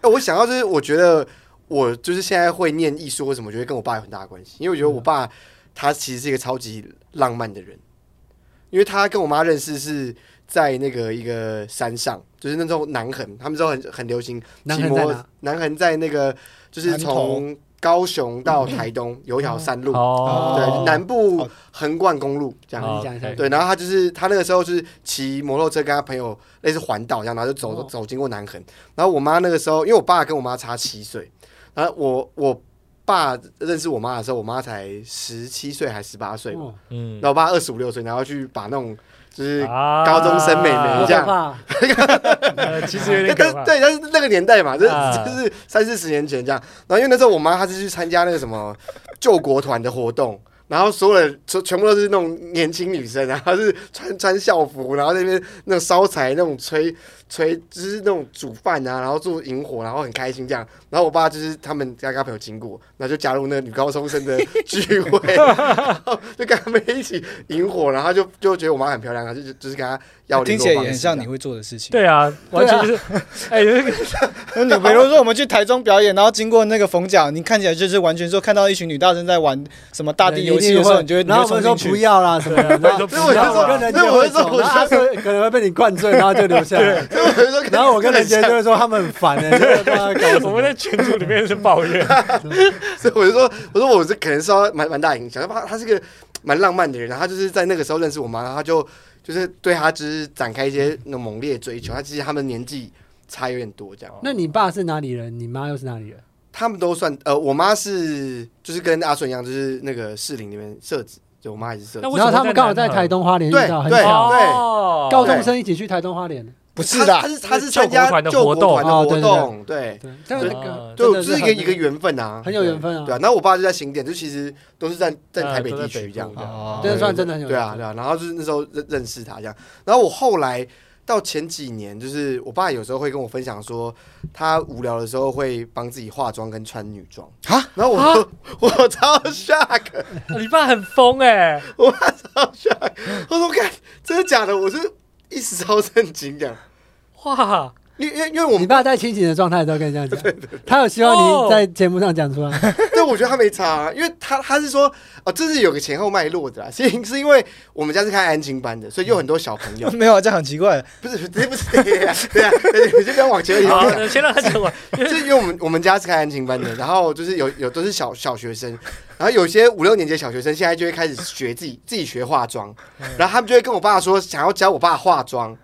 [SPEAKER 5] 哎我想到就是，我觉得我就是现在会念艺术或什么，我觉得跟我爸有很大的关系，因为我觉得我爸他其实是一个超级浪漫的人，因为他跟我妈认识是在那个一个山上，就是那时候南横，他们之后很很流行
[SPEAKER 1] 南
[SPEAKER 5] 骑
[SPEAKER 1] 横在
[SPEAKER 5] 摩
[SPEAKER 1] 哪，
[SPEAKER 5] 南横在那个就是
[SPEAKER 2] 南投
[SPEAKER 5] 从高雄到台东有一条山路，
[SPEAKER 4] 哦，
[SPEAKER 5] 对，南部
[SPEAKER 2] 哦
[SPEAKER 5] 横贯公路这样。
[SPEAKER 1] 好
[SPEAKER 4] 哦
[SPEAKER 1] 你讲一下
[SPEAKER 4] OK
[SPEAKER 5] 对，然后他就是他那个时候是骑摩托车跟他朋友类似环岛一样，然后就走、
[SPEAKER 1] 哦
[SPEAKER 5] 走经过南横。然后我妈那个时候，因为我爸跟我妈差七岁，然后我我爸认识我妈的时候，我妈才十七岁还十八岁吧，
[SPEAKER 1] 哦
[SPEAKER 4] 嗯
[SPEAKER 5] 然，后我爸二十五六岁，然后去把那种就是
[SPEAKER 4] 高
[SPEAKER 5] 中生妹妹
[SPEAKER 1] 好
[SPEAKER 5] 这
[SPEAKER 1] 可
[SPEAKER 5] 样
[SPEAKER 1] 怕！
[SPEAKER 4] 呃其实有点可
[SPEAKER 5] 但
[SPEAKER 4] 怕。
[SPEAKER 5] 但 <laughs> 对，但是那个年代嘛，就是、
[SPEAKER 4] 啊
[SPEAKER 5] 就是三四十年前这样。然后因为那时候我妈她是去参加那个什么救国团的活动，然后所有人全全部都是那种年轻女生，然后是穿穿校服，然后在那边那种烧柴，那种吹吹，就是那种煮饭啊，然后做萤火，然后很开心这样。然后我爸就是他们家跟他朋友经过，然后就加入那个女高中生的聚会，然后就跟他们一起萤火，然后就就觉得我妈很漂亮，然啊后就就是跟她要联
[SPEAKER 2] 听
[SPEAKER 5] 络
[SPEAKER 2] 起来也
[SPEAKER 5] 方
[SPEAKER 2] 很
[SPEAKER 5] 式
[SPEAKER 2] 像
[SPEAKER 5] 这
[SPEAKER 2] 你 <laughs>
[SPEAKER 5] 样。
[SPEAKER 2] 会做的事情。
[SPEAKER 4] 对啊，完全就是，哎， <laughs> 有一个
[SPEAKER 2] 那你比如说我们去台中表演，然后经过那个逢甲，你看起来就是完全说看到一群女大生在玩什么大地游游戏的时候，你就会
[SPEAKER 1] 然后我们说不，要啦什么的，然后
[SPEAKER 4] 对我就说不要
[SPEAKER 1] 然后我跟人杰会走，然后他说可能会被你灌醉，然后就留下来。
[SPEAKER 5] 所以我 <laughs> 就说，
[SPEAKER 1] <laughs> 然后我跟人杰就会说他们很烦哎，
[SPEAKER 4] <laughs>
[SPEAKER 1] 这个不知道在搞什
[SPEAKER 4] 我
[SPEAKER 1] 么
[SPEAKER 4] 们在群组里面是抱怨，
[SPEAKER 5] <laughs> 所以我就说，我说我这可能受到蛮蛮大影响，他他是个蛮浪漫的人，然后他就是在那个时候认识我妈，然后他就就是对他就是展开一些那种猛烈的追求，他其实他们年纪差有点多这样，
[SPEAKER 1] 那你爸是哪里人？你妈又是哪里人？
[SPEAKER 5] 他们都算呃，我妈是就是跟阿顺一样，就是那个士林那边社子，就我妈也是社子
[SPEAKER 4] 那，为什
[SPEAKER 1] 然
[SPEAKER 4] 么
[SPEAKER 1] 后他们刚好在台东花莲遇到，很
[SPEAKER 5] 对
[SPEAKER 1] 巧，
[SPEAKER 4] 哦
[SPEAKER 1] 高中生一起去台东花莲。
[SPEAKER 2] 不是的
[SPEAKER 5] 他，是他是参加
[SPEAKER 4] 啊救国团的
[SPEAKER 5] 救国
[SPEAKER 4] 活动
[SPEAKER 5] 团的活
[SPEAKER 1] 哦
[SPEAKER 5] 动，对，
[SPEAKER 1] 对，但那个
[SPEAKER 4] 啊
[SPEAKER 1] 真
[SPEAKER 5] 就
[SPEAKER 1] 的
[SPEAKER 5] 就是一
[SPEAKER 1] 很
[SPEAKER 5] 个一个缘分啊，
[SPEAKER 1] 很有缘分啊
[SPEAKER 5] 对啊，然后我爸就在新店，就其实都是在在
[SPEAKER 4] 啊
[SPEAKER 5] 台北
[SPEAKER 4] 都在
[SPEAKER 5] 地
[SPEAKER 4] 北
[SPEAKER 5] 区
[SPEAKER 4] 部
[SPEAKER 5] 这样，
[SPEAKER 4] 这样
[SPEAKER 2] 哦
[SPEAKER 1] 这
[SPEAKER 5] 对
[SPEAKER 1] 算真的很有
[SPEAKER 5] 对啊，
[SPEAKER 1] 缘分
[SPEAKER 5] 对啊。然后就是那时候认认识他这样，然后我后来到前几年，就是我爸有时候会跟我分享说，他无聊的时候会帮自己化妆跟穿女装
[SPEAKER 2] 啊，
[SPEAKER 5] 然后我、 <laughs> 我超 shock，
[SPEAKER 4] 哦你爸很疯哎，
[SPEAKER 5] 我爸超 shock，我说看真的假的，我是一时超震惊这样，
[SPEAKER 4] 哇，
[SPEAKER 5] 因为因为因为我
[SPEAKER 1] 你
[SPEAKER 5] 们
[SPEAKER 1] 爸在清醒的状态都跟你这样讲，他有希望你在节目上讲出来。
[SPEAKER 5] 对我觉得他没差、啊，因为他他是说哦，这是有个前后脉络的啦，是因是因为我们家是开安亲班的，所以有很多小朋
[SPEAKER 1] <laughs>
[SPEAKER 5] 友
[SPEAKER 2] <laughs> ，没有啊，这样很奇怪。
[SPEAKER 5] 不是不是不是，对呀、对呀、你先不要往前
[SPEAKER 1] 哦
[SPEAKER 5] 移。
[SPEAKER 4] 好，先让他讲完，
[SPEAKER 5] <laughs> 就是因为我们我们家是开安亲班的，然后就是有有都是小小学生，然后有些五六年级的小学生现在就会开始学自己自己学化妆，然后他们就会跟我爸说想要教我爸化妆，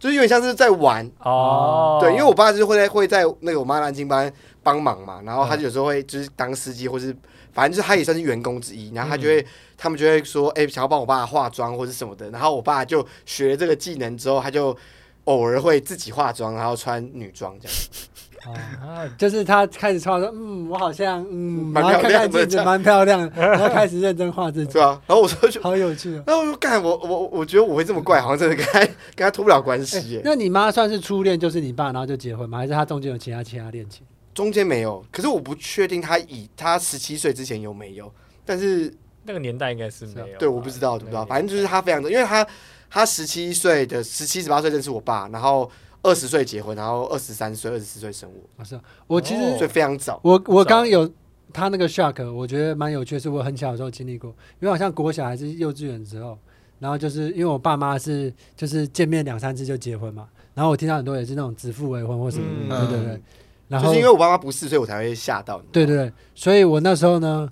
[SPEAKER 5] 就是有点像是在玩，
[SPEAKER 4] <laughs> 哦，
[SPEAKER 5] 对，因为我爸就是会在会在那个我妈的安亲班帮忙嘛，然后他就有时候会就是当司机或是反正就是他也算是员工之一，然后他就会、他们就会说哎、想要帮我爸化妆或是什么的，然后我爸就学了这个技能之后，他就偶尔会自己化妆，然后穿女装这样。
[SPEAKER 4] 啊
[SPEAKER 1] 就是他开始创说，嗯，我好像，嗯，然
[SPEAKER 5] 蛮
[SPEAKER 1] 后看
[SPEAKER 5] 漂亮
[SPEAKER 1] 看
[SPEAKER 5] 的
[SPEAKER 1] 镜子
[SPEAKER 5] 这样
[SPEAKER 1] 蛮漂 <laughs> 亮的，然后开始认真画自己，
[SPEAKER 5] 对啊，然后我说就，
[SPEAKER 1] 好有趣哦。
[SPEAKER 5] 然后我说干，我我我觉得我会这么怪，好像真的跟他跟他脱不了关系耶。
[SPEAKER 1] 哎那你妈算是初恋，就是你爸，然后就结婚吗？还是他中间有其他其他恋情？
[SPEAKER 5] 中间没有，可是我不确定他以他十七岁之前有没有，但是
[SPEAKER 4] 那个年代应该是没有吧，
[SPEAKER 5] 对我不知道，我不知道，
[SPEAKER 4] 啊那个年代
[SPEAKER 5] 反正就是他非常的，因为他他十七岁的十七十八岁认识我爸，然后二十岁结婚，然后二十三岁二十四岁生我，
[SPEAKER 1] 我说，我其实、
[SPEAKER 4] 哦
[SPEAKER 5] 所以非常早。
[SPEAKER 1] 我我刚刚有他那个 shock，我觉得蛮有趣的，是我很小的时候经历过，因为好像国小还是幼稚园的时候，然后就是因为我爸妈是就是见面两三次就结婚嘛，然后我听到很多也是那种指腹为婚或什么的，
[SPEAKER 2] 嗯
[SPEAKER 1] 对对对
[SPEAKER 5] 嗯，
[SPEAKER 1] 然
[SPEAKER 5] 就
[SPEAKER 1] 后
[SPEAKER 5] 是因为我爸妈不是，所以我才会吓到你。
[SPEAKER 1] 对对对，所以我那时候呢，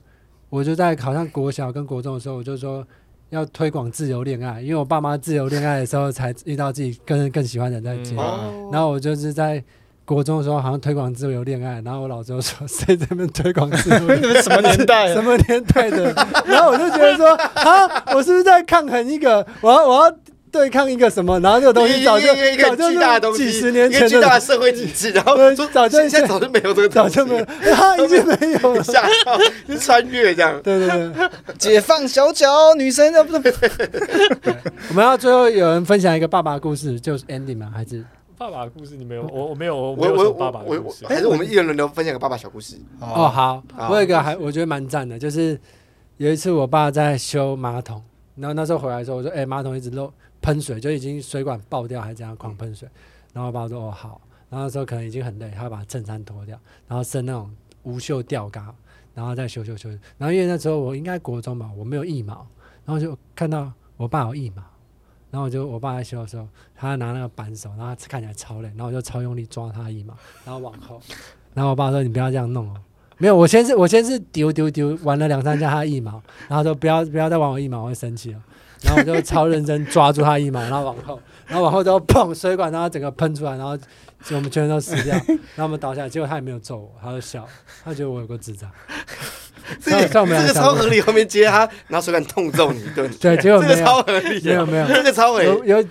[SPEAKER 1] 我就在好像国小跟国中的时候，我就说要推广自由恋爱，因为我爸妈自由恋爱的时候才遇到自己更更喜欢的人在结婚，
[SPEAKER 5] 哦，
[SPEAKER 1] 然后我就是在。国中的时候好像推广自由恋爱，然后我老周说谁在那边推广自由
[SPEAKER 5] <laughs>
[SPEAKER 1] 恋爱？
[SPEAKER 2] 你们什么年
[SPEAKER 5] 啊
[SPEAKER 2] 代
[SPEAKER 1] 什？么年代的？然后我就觉得说，啊，我是不是在抗衡一个，我要我要对抗一个什么？然后这个东
[SPEAKER 5] 一
[SPEAKER 1] 西
[SPEAKER 5] 个
[SPEAKER 1] 早就
[SPEAKER 5] 一个一
[SPEAKER 1] 早
[SPEAKER 5] 个
[SPEAKER 1] 就
[SPEAKER 5] 巨大的东
[SPEAKER 1] 是
[SPEAKER 5] 西，
[SPEAKER 1] 几十年
[SPEAKER 5] 一个
[SPEAKER 1] 前
[SPEAKER 5] 巨大的
[SPEAKER 1] 的，
[SPEAKER 5] 社会体制，然后
[SPEAKER 1] 对
[SPEAKER 5] 说
[SPEAKER 1] 早就
[SPEAKER 5] 现在早就没有这个
[SPEAKER 1] 早
[SPEAKER 5] 东西
[SPEAKER 1] 就没有， <laughs>
[SPEAKER 5] 了，
[SPEAKER 1] 他已经没有了。
[SPEAKER 5] 吓到就穿越这样。
[SPEAKER 1] 对对对， <laughs>
[SPEAKER 2] 解放小脚，女生要不
[SPEAKER 1] 我们要最后有人分享一个爸爸的故事，就是 ending 吗？还是
[SPEAKER 4] 爸爸的故事你没有，我我没有，我没
[SPEAKER 5] 我
[SPEAKER 4] 有什
[SPEAKER 5] 我
[SPEAKER 4] 么
[SPEAKER 5] 我
[SPEAKER 4] 爸爸的
[SPEAKER 5] 我
[SPEAKER 4] 故
[SPEAKER 5] 我
[SPEAKER 4] 事，
[SPEAKER 5] 还是我们一人轮流分享个爸爸小故
[SPEAKER 1] <laughs>
[SPEAKER 5] 事。
[SPEAKER 1] <laughs> 哦，好，
[SPEAKER 5] 好
[SPEAKER 1] 我有一个还我觉得蛮赞的，就是有一次我爸在修马桶，然后那时候回来的时候，我说：“哎、马桶一直漏喷水，就已经水管爆掉，还这样狂喷水。”然后我爸说：“哦，好。”然后那时候可能已经很累，他会把衬衫脱掉，然后剩那种无袖吊嘎，然后再修修修。然后因为那时候我应该国中吧，我没有腋毛，然后就看到我爸有腋毛，然后我就我爸在修的时候，他拿那个扳手，然后他看起来超累，然后我就超用力抓他的腋毛，然后往后，然后我爸说：“你不要这样弄哦。”没有，我先是我先是丢丢丢，玩了两三下他的腋毛，然后说不要不要再玩我腋毛，我会生气了。哦然后我就超认真抓住他的腋毛，然后往后，然后往后之后砰，水管然后整个喷出来，然后我们全人都死掉，然后我们倒下来，结果他也没有揍我，他就笑，他觉得我有个智障。
[SPEAKER 5] 这
[SPEAKER 1] 那
[SPEAKER 5] 个
[SPEAKER 1] 像我们俩
[SPEAKER 5] 这个
[SPEAKER 1] 想
[SPEAKER 5] 超
[SPEAKER 1] 的
[SPEAKER 5] 合理，后面接他拿手感痛揍你一顿，
[SPEAKER 1] <laughs> 对，结
[SPEAKER 5] 这
[SPEAKER 1] 果
[SPEAKER 5] 个
[SPEAKER 1] 没
[SPEAKER 5] 超
[SPEAKER 1] 有，
[SPEAKER 5] 合理
[SPEAKER 1] 没有
[SPEAKER 5] 啊，
[SPEAKER 1] 没有，
[SPEAKER 5] 这个超合
[SPEAKER 1] 有
[SPEAKER 5] 理。
[SPEAKER 1] 有，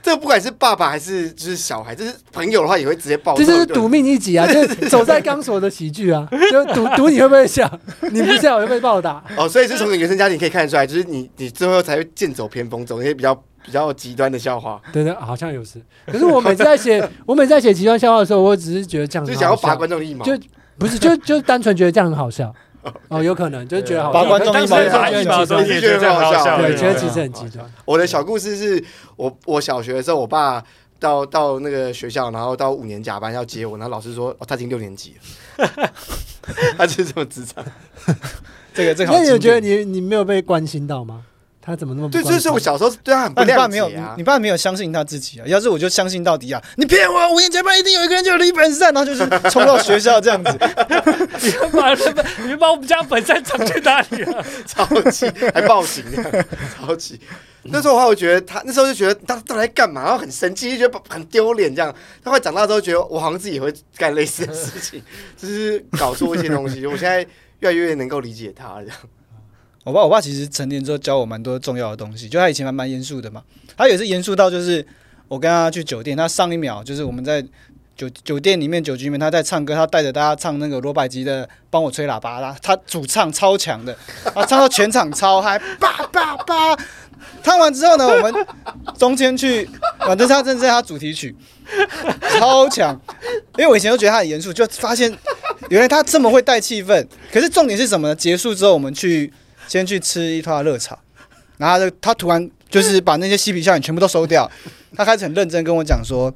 [SPEAKER 5] 这个不管是爸爸还是就是小孩，这是朋友的话也会直接暴
[SPEAKER 1] 这
[SPEAKER 5] 揍一
[SPEAKER 1] 就是
[SPEAKER 5] 顿。
[SPEAKER 1] 赌命一级啊，
[SPEAKER 5] <laughs>
[SPEAKER 1] 就是走在钢索的喜剧啊，就赌赌你会不会笑，你不笑我就被暴打。
[SPEAKER 5] 哦，所以是从你原生家庭可以看得出来，就是你你最后才会剑走偏锋，走一些比较比较极端的笑话，
[SPEAKER 1] 对对，好像有时。可是我每次在写，我每次在写极端笑话的时候，我只是觉得这样
[SPEAKER 5] 就
[SPEAKER 1] 很
[SPEAKER 5] 是
[SPEAKER 1] 嗯好
[SPEAKER 5] 想要
[SPEAKER 1] 笑
[SPEAKER 5] 拔观众的一毛。
[SPEAKER 1] 就不是就就单纯觉得这样很好笑。哦，有可
[SPEAKER 5] 哎
[SPEAKER 1] 能就是觉得好
[SPEAKER 2] 拔
[SPEAKER 1] 笑
[SPEAKER 2] 观众一毛
[SPEAKER 4] 当时拔一毛的时候也觉得这样好笑，
[SPEAKER 5] 啊对
[SPEAKER 4] <laughs>
[SPEAKER 1] 对，觉得
[SPEAKER 5] 对
[SPEAKER 1] 其
[SPEAKER 5] 对
[SPEAKER 1] 实很极端。
[SPEAKER 5] 我的小故事是我我小学的时候，我爸到到那个学校，然后到五年甲班要接我，然后老师说哦，他已经六年级了， <laughs> 他就是这么职场。
[SPEAKER 2] 这个这个好
[SPEAKER 1] 那
[SPEAKER 2] 经典。
[SPEAKER 1] 你有觉得你你没有被关心到吗？他怎么那么不
[SPEAKER 5] 对，
[SPEAKER 1] 关
[SPEAKER 5] 这
[SPEAKER 1] 心
[SPEAKER 5] 是我小时候对他很不
[SPEAKER 2] 那你爸
[SPEAKER 5] 谅
[SPEAKER 2] 没有
[SPEAKER 5] 解，啊
[SPEAKER 2] 你。爸没有相信他自己啊！要是我就相信到底啊！你骗我，五年前班一定有一个人就有李本善，然后就是冲到学校这样子，
[SPEAKER 4] 你们把你们把我们家本山藏去哪里
[SPEAKER 5] <laughs>
[SPEAKER 4] 了？
[SPEAKER 5] 超级还报警的，超级。那时候的话，我觉得他那时候就觉得他到底在干嘛，然后很生气，就觉得很丢脸这样。他后来长大之后，觉得我好像自己也会干类似的事情， <laughs> 就是搞错一些东西。我现在越来越能够理解他了。
[SPEAKER 2] 我爸，我爸其实成年之后教我蛮多重要的东西，就他以前蛮蛮严肃的嘛，他也是严肃到就是我跟他去酒店，他上一秒就是我们在酒酒店里面酒局里面他在唱歌，他带着大家唱那个罗百吉的《帮我吹喇叭》，他他主唱超强的，他唱到全场超嗨，叭叭叭。唱完之后呢，我们中间去，反正他真的是他主题曲，超强。因为我以前都觉得他很严肃，就发现原来他这么会带气氛。可是重点是什么呢？结束之后，我们去先去吃一趟热炒，然后他就他突然就是把那些嬉皮笑脸全部都收掉，他开始很认真跟我讲说，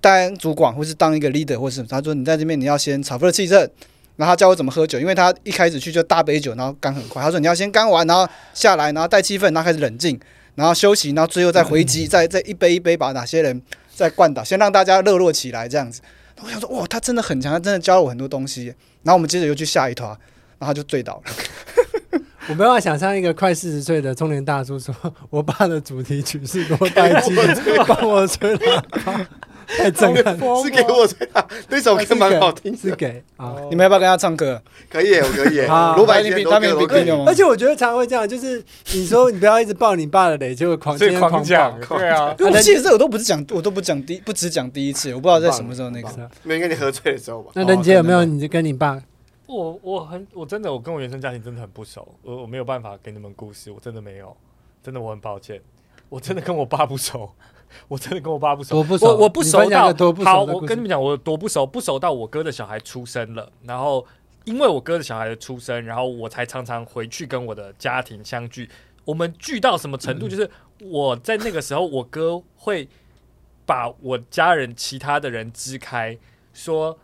[SPEAKER 2] 当主管或是当一个 leader 或是什么，他说你在这边你要先炒热气氛。然后他教我怎么喝酒，因为他一开始去就大杯酒，然后干很快。他说你要先干完，然后下来，然后带气氛，然后开始冷静，然后休息，然后最后再回击，再再一杯一杯把哪些人再灌倒，先让大家热络起来这样子。我想说，哇，他真的很强，他真的教了我很多东西。然后我们接着又去下一团，然后他就醉倒了。
[SPEAKER 1] 我没办法想象一个快四十岁的中年大叔说：“我爸的主题曲是罗百吉的帮我吹喇
[SPEAKER 5] <laughs>
[SPEAKER 1] 叭。”太震撼了，
[SPEAKER 2] 哦
[SPEAKER 5] 是给我最大那首歌蛮好听
[SPEAKER 1] 是
[SPEAKER 5] 的，
[SPEAKER 1] 给啊。
[SPEAKER 2] 你们要不要跟他唱歌？
[SPEAKER 5] 可以耶，我可以耶。
[SPEAKER 1] 好
[SPEAKER 5] 罗百
[SPEAKER 2] 啊他
[SPEAKER 5] 吉
[SPEAKER 2] 一定比
[SPEAKER 5] 很多
[SPEAKER 2] 他们
[SPEAKER 5] 歌
[SPEAKER 2] 比
[SPEAKER 5] 都
[SPEAKER 2] 比
[SPEAKER 5] 可以
[SPEAKER 2] 你。们
[SPEAKER 1] 而且我觉得常会这样，就是你说你不要一直爆你爸的雷，结果狂今
[SPEAKER 4] 最
[SPEAKER 1] 天
[SPEAKER 4] 狂
[SPEAKER 1] 狂
[SPEAKER 4] 讲，
[SPEAKER 1] 爆
[SPEAKER 4] 对啊，
[SPEAKER 2] 因为我记得这我都不是讲，我都不讲第，不只讲第一次，我不知道在什么时候那个
[SPEAKER 1] 是。啊
[SPEAKER 5] 没有跟你喝醉的时候吧？
[SPEAKER 1] <laughs> 那
[SPEAKER 2] 哦
[SPEAKER 1] 人杰有没有
[SPEAKER 2] 可
[SPEAKER 1] 你跟你爸？
[SPEAKER 4] 我我很我真的我跟我原生家庭真的很不熟，我我没有办法给你们故事，我真的没有，真的我很抱歉，我真的跟我爸不熟， <laughs> 我真的跟我爸不熟，
[SPEAKER 1] 多不熟
[SPEAKER 4] 我我不
[SPEAKER 1] 你
[SPEAKER 4] 熟
[SPEAKER 1] 分享
[SPEAKER 4] 到
[SPEAKER 1] 个多不熟的
[SPEAKER 4] 好，
[SPEAKER 1] 故事
[SPEAKER 4] 我跟你们讲，我多不熟，不熟到我哥的小孩出生了，然后因为我哥的小孩的出生，然后我才常常回去跟我的家庭相聚。我们聚到什么程
[SPEAKER 1] 嗯
[SPEAKER 4] 度？就是我在那个时候，我哥会把我家人其他的人支开，说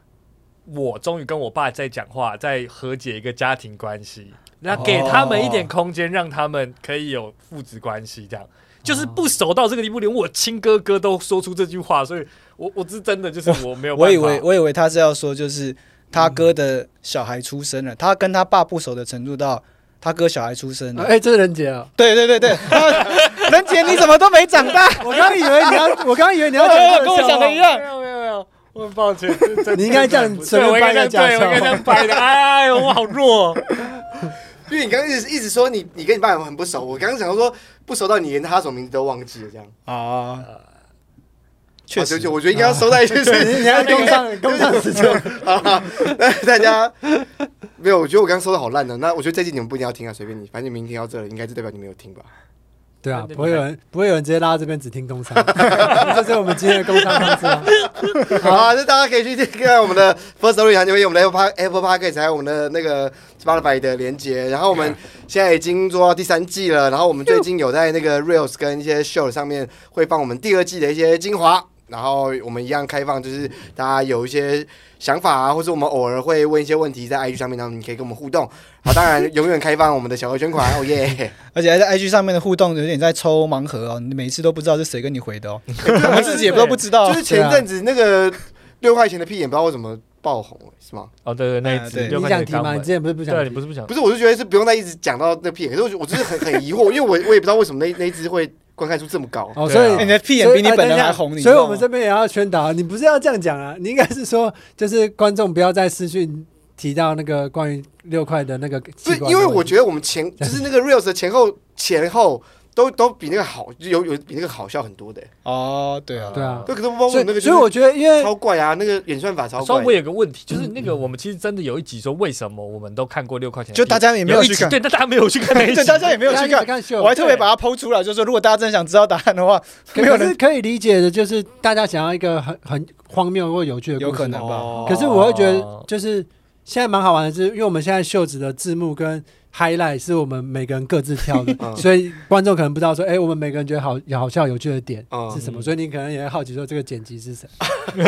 [SPEAKER 4] 我终于跟我爸在讲话，在和解一个家庭关系，那
[SPEAKER 1] 哦
[SPEAKER 4] 给他们一点空间，让他们可以有父子关系，这样就是不熟到这个地步，连我亲哥哥都说出这句话，所以我我是真的就是我没有办法，
[SPEAKER 2] 我以为我以为他是要说，就是他哥的小孩出生了，他跟他爸不熟的程度到他哥小孩出生了。
[SPEAKER 1] 哎，这是人杰啊！
[SPEAKER 2] 对对对对，他仁杰你怎么都没长大？
[SPEAKER 1] <laughs> 我刚以为你要，我刚以为你 <laughs> 要
[SPEAKER 2] 跟
[SPEAKER 1] 讲，
[SPEAKER 2] 我想的一。
[SPEAKER 4] <laughs> 没
[SPEAKER 2] 样。
[SPEAKER 4] 有没有没有，我很抱歉，这真的
[SPEAKER 1] 你应该这样
[SPEAKER 4] 对
[SPEAKER 1] 随
[SPEAKER 4] 我
[SPEAKER 1] 便
[SPEAKER 4] 应该
[SPEAKER 1] 掰
[SPEAKER 4] 这
[SPEAKER 1] 个
[SPEAKER 4] 样对，我
[SPEAKER 1] 假
[SPEAKER 4] 应该这
[SPEAKER 1] 笑。
[SPEAKER 4] 样掰的，哎呦，我好弱。
[SPEAKER 5] 因为你刚刚一直一直说你你跟你爸很不熟，我刚刚想说不熟到你连他什么名字都忘记了这样。
[SPEAKER 2] 啊，确
[SPEAKER 5] 啊对
[SPEAKER 2] 实
[SPEAKER 5] 不起，我觉得应该要收
[SPEAKER 1] <laughs>
[SPEAKER 5] 在就是
[SPEAKER 1] 你还工
[SPEAKER 5] <laughs>
[SPEAKER 1] 上工上时间，
[SPEAKER 5] 好啦，那大家没有，我觉得我刚刚说的好烂的。那我觉得这集你们不一定要听啊，随便你，反正你明天到这里，应该是代表你没有听吧？
[SPEAKER 1] 对啊，不会有人不会有人直接拉到这边只听 <laughs> 工商，这是我们今天的工商方式啊。
[SPEAKER 5] <laughs> 好啊，那大家可以去听看我们的 First Story 环球音，我们的 Apple Park Apple Park 还有我们的那个 Spotify 的连接。然后我们现在已经做到第三季了，然后我们最近有在那个 Reels 跟一些 Show 上面会放我们第二季的一些精华。然后我们一样开放，就是大家有一些想法啊，或者我们偶尔会问一些问题在 IG 上面，然后你可以跟我们互动。好，当然永远开放我们的小额捐款，哦耶！
[SPEAKER 2] 而且还在 IG 上面的互动有点在抽盲盒哦，你每一次都不知道是谁跟你回的哦，我们自己也都不知道
[SPEAKER 5] 就
[SPEAKER 2] 哦
[SPEAKER 5] 是。前阵子那个六块钱的屁眼，不知道为什么爆红、欸是吗？
[SPEAKER 4] 哦，对对，那一
[SPEAKER 2] 哎
[SPEAKER 4] 次
[SPEAKER 2] 对
[SPEAKER 4] 六
[SPEAKER 1] <laughs> 你
[SPEAKER 4] 块
[SPEAKER 1] 想
[SPEAKER 4] 钱
[SPEAKER 1] 提
[SPEAKER 4] 肛
[SPEAKER 1] 吗？
[SPEAKER 4] 门
[SPEAKER 1] 你之前不是不想
[SPEAKER 4] 对，你
[SPEAKER 1] 提？
[SPEAKER 4] 不是不想
[SPEAKER 5] 不是，我就觉得是不用再一直讲到那屁眼，可是我我就是很很疑惑，因为 <laughs> 我我也不知道为什么那那一只会观看数这么高。
[SPEAKER 1] 哦，
[SPEAKER 4] 对啊
[SPEAKER 1] 所以呃
[SPEAKER 2] 哎你的屁眼比你本人还红，你知
[SPEAKER 1] 所
[SPEAKER 2] 道
[SPEAKER 1] 以
[SPEAKER 2] 吗
[SPEAKER 1] 我们这边也要宣导，你不是要这样讲啊，你应该是说，就是观众不要再私讯提到那个关于六块的那个
[SPEAKER 5] 不
[SPEAKER 1] 器
[SPEAKER 5] 是，
[SPEAKER 1] 官的问题，
[SPEAKER 5] 因为我觉得我们前就是那个 reels 的前后前后都都比那个好，就有有比那个好笑很多的、
[SPEAKER 2] 哦，对啊，
[SPEAKER 1] 对啊
[SPEAKER 5] 对，可是包
[SPEAKER 1] 所
[SPEAKER 5] 括
[SPEAKER 1] 以
[SPEAKER 5] 那个，
[SPEAKER 1] 所以我觉得，因为
[SPEAKER 5] 超怪啊，那个演算法超
[SPEAKER 4] 所以
[SPEAKER 5] 怪
[SPEAKER 4] 我。有个问题，就是那个我们其实真的有一集说为什么我们都看过六块钱的
[SPEAKER 2] 就
[SPEAKER 4] 片，
[SPEAKER 2] 大家也没有
[SPEAKER 4] 一
[SPEAKER 2] 去
[SPEAKER 4] 集
[SPEAKER 2] 看，
[SPEAKER 4] 对，但大家没有去看那一集
[SPEAKER 2] <laughs> 对，，大家也没有去
[SPEAKER 1] 大家一直。
[SPEAKER 2] 看
[SPEAKER 1] 看 <laughs> 秀
[SPEAKER 2] 我还特别把它剖出来，就是说如果大家真的想知道答案的话，
[SPEAKER 1] 可
[SPEAKER 2] 没有
[SPEAKER 1] 可
[SPEAKER 2] 人
[SPEAKER 1] 是可以理解的，就是大家想要一个很很荒谬或有趣的故事，
[SPEAKER 2] 有可能吧
[SPEAKER 1] <laughs>
[SPEAKER 4] 哦
[SPEAKER 1] 可是我会觉得，就是现在蛮好玩的是，因为我们现在秀子的字幕跟 highlight 是我们每个人各自挑的，
[SPEAKER 5] 嗯
[SPEAKER 1] 所以观众可能不知道说，哎、我们每个人觉得好好笑有趣的点
[SPEAKER 5] 嗯
[SPEAKER 1] 是什么，
[SPEAKER 4] 嗯
[SPEAKER 1] 所以你可能也会好奇说这个剪辑是谁， <laughs>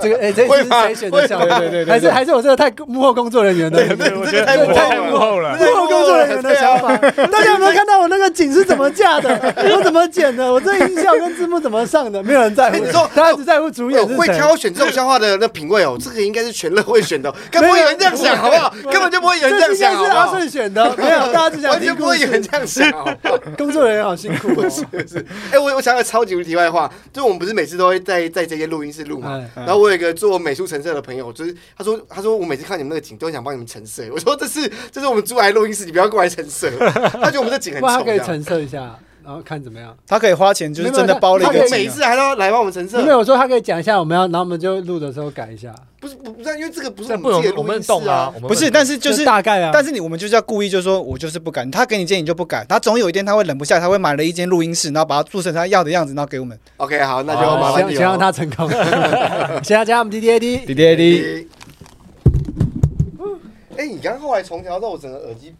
[SPEAKER 1] 这个哎、这
[SPEAKER 5] 会
[SPEAKER 1] 是
[SPEAKER 5] 吧
[SPEAKER 1] 谁选的笑
[SPEAKER 5] 会
[SPEAKER 1] 料？
[SPEAKER 5] 吧
[SPEAKER 2] 对对对对
[SPEAKER 1] 还是还是我这个太幕后工作人员的。
[SPEAKER 4] 对，我觉得
[SPEAKER 5] 太
[SPEAKER 4] 我
[SPEAKER 5] 幕
[SPEAKER 4] 太
[SPEAKER 5] 后
[SPEAKER 4] 幕后了。
[SPEAKER 1] 幕后工作人员的想法，大家有没有看到我那个景是怎么架的？ <laughs> 我怎么剪的？我这音效跟字幕怎么上的？没有人在乎
[SPEAKER 5] 哎你说，
[SPEAKER 1] 大家只在乎主演
[SPEAKER 5] 有
[SPEAKER 1] 是
[SPEAKER 5] 会
[SPEAKER 1] 谁。
[SPEAKER 5] 挑选这种笑
[SPEAKER 1] <laughs>
[SPEAKER 5] 话的那品味哦，这个应该是全乐会选的哦，根本不会有人这样想，好不好？ <laughs> 根本就不会有人这
[SPEAKER 1] 这
[SPEAKER 5] 样
[SPEAKER 1] 应该是
[SPEAKER 5] 想，好不
[SPEAKER 1] 阿
[SPEAKER 5] 好？
[SPEAKER 1] 顺选的，没有，大家只想
[SPEAKER 5] <laughs> 完
[SPEAKER 1] 听
[SPEAKER 5] 全不
[SPEAKER 1] 故
[SPEAKER 5] 会有人
[SPEAKER 1] 事。
[SPEAKER 5] 这样想，好不好？
[SPEAKER 1] 工作人员好辛
[SPEAKER 5] <laughs>
[SPEAKER 1] 苦哦。
[SPEAKER 5] 哎、我我想到超级无敌题外话，就我们不是每次都会在在这些录音室录嘛。
[SPEAKER 1] 哎
[SPEAKER 5] 然后我有一个做美术陈设的朋友，就是他说他说我每次看你们那个景都很想帮你们陈设，我说这是这是我们租来录音室，你不要过来陈
[SPEAKER 1] <laughs>
[SPEAKER 5] 设。他觉得我们这景很
[SPEAKER 1] 不然他
[SPEAKER 5] 丑
[SPEAKER 1] 可以
[SPEAKER 5] 这样，
[SPEAKER 1] 陈设一下，然后看怎么
[SPEAKER 5] <laughs>
[SPEAKER 1] 样。
[SPEAKER 2] 他可以花钱，就是真的包了
[SPEAKER 5] 他
[SPEAKER 2] 一
[SPEAKER 5] 可
[SPEAKER 2] 个
[SPEAKER 5] 以每
[SPEAKER 2] 景
[SPEAKER 5] 一
[SPEAKER 2] 啊
[SPEAKER 5] 次还要来帮我们陈
[SPEAKER 1] 没
[SPEAKER 5] 设，
[SPEAKER 1] 有我说他可以讲一下，我们要，然后我们就录的时候改一下。
[SPEAKER 5] 不是不不是因为这个不是
[SPEAKER 4] 这
[SPEAKER 5] 我
[SPEAKER 4] 不
[SPEAKER 5] 们自
[SPEAKER 4] 能
[SPEAKER 5] 己的
[SPEAKER 4] 我
[SPEAKER 5] 录
[SPEAKER 4] 们
[SPEAKER 5] 音室
[SPEAKER 4] 动啊
[SPEAKER 5] 啊，，
[SPEAKER 4] 我们
[SPEAKER 2] 不是，但是就是
[SPEAKER 1] 就大概啊，
[SPEAKER 2] 但是你我们就是要故意，就说我就是不敢，他给你建议你就不敢，他总有一天他会忍不下，他会买了一间录音室，然后把它做成他要的样子，然后给我们。
[SPEAKER 5] OK 好，那就
[SPEAKER 4] 好
[SPEAKER 5] 麻
[SPEAKER 1] 希
[SPEAKER 5] 烦
[SPEAKER 1] 望
[SPEAKER 5] 你
[SPEAKER 1] 希望
[SPEAKER 5] 了。
[SPEAKER 1] 他成
[SPEAKER 5] <laughs>
[SPEAKER 1] 功。 <laughs> 现在加我们 D D A D，
[SPEAKER 2] 滴滴
[SPEAKER 5] 哎、你刚刚后来重调之后，我整个耳机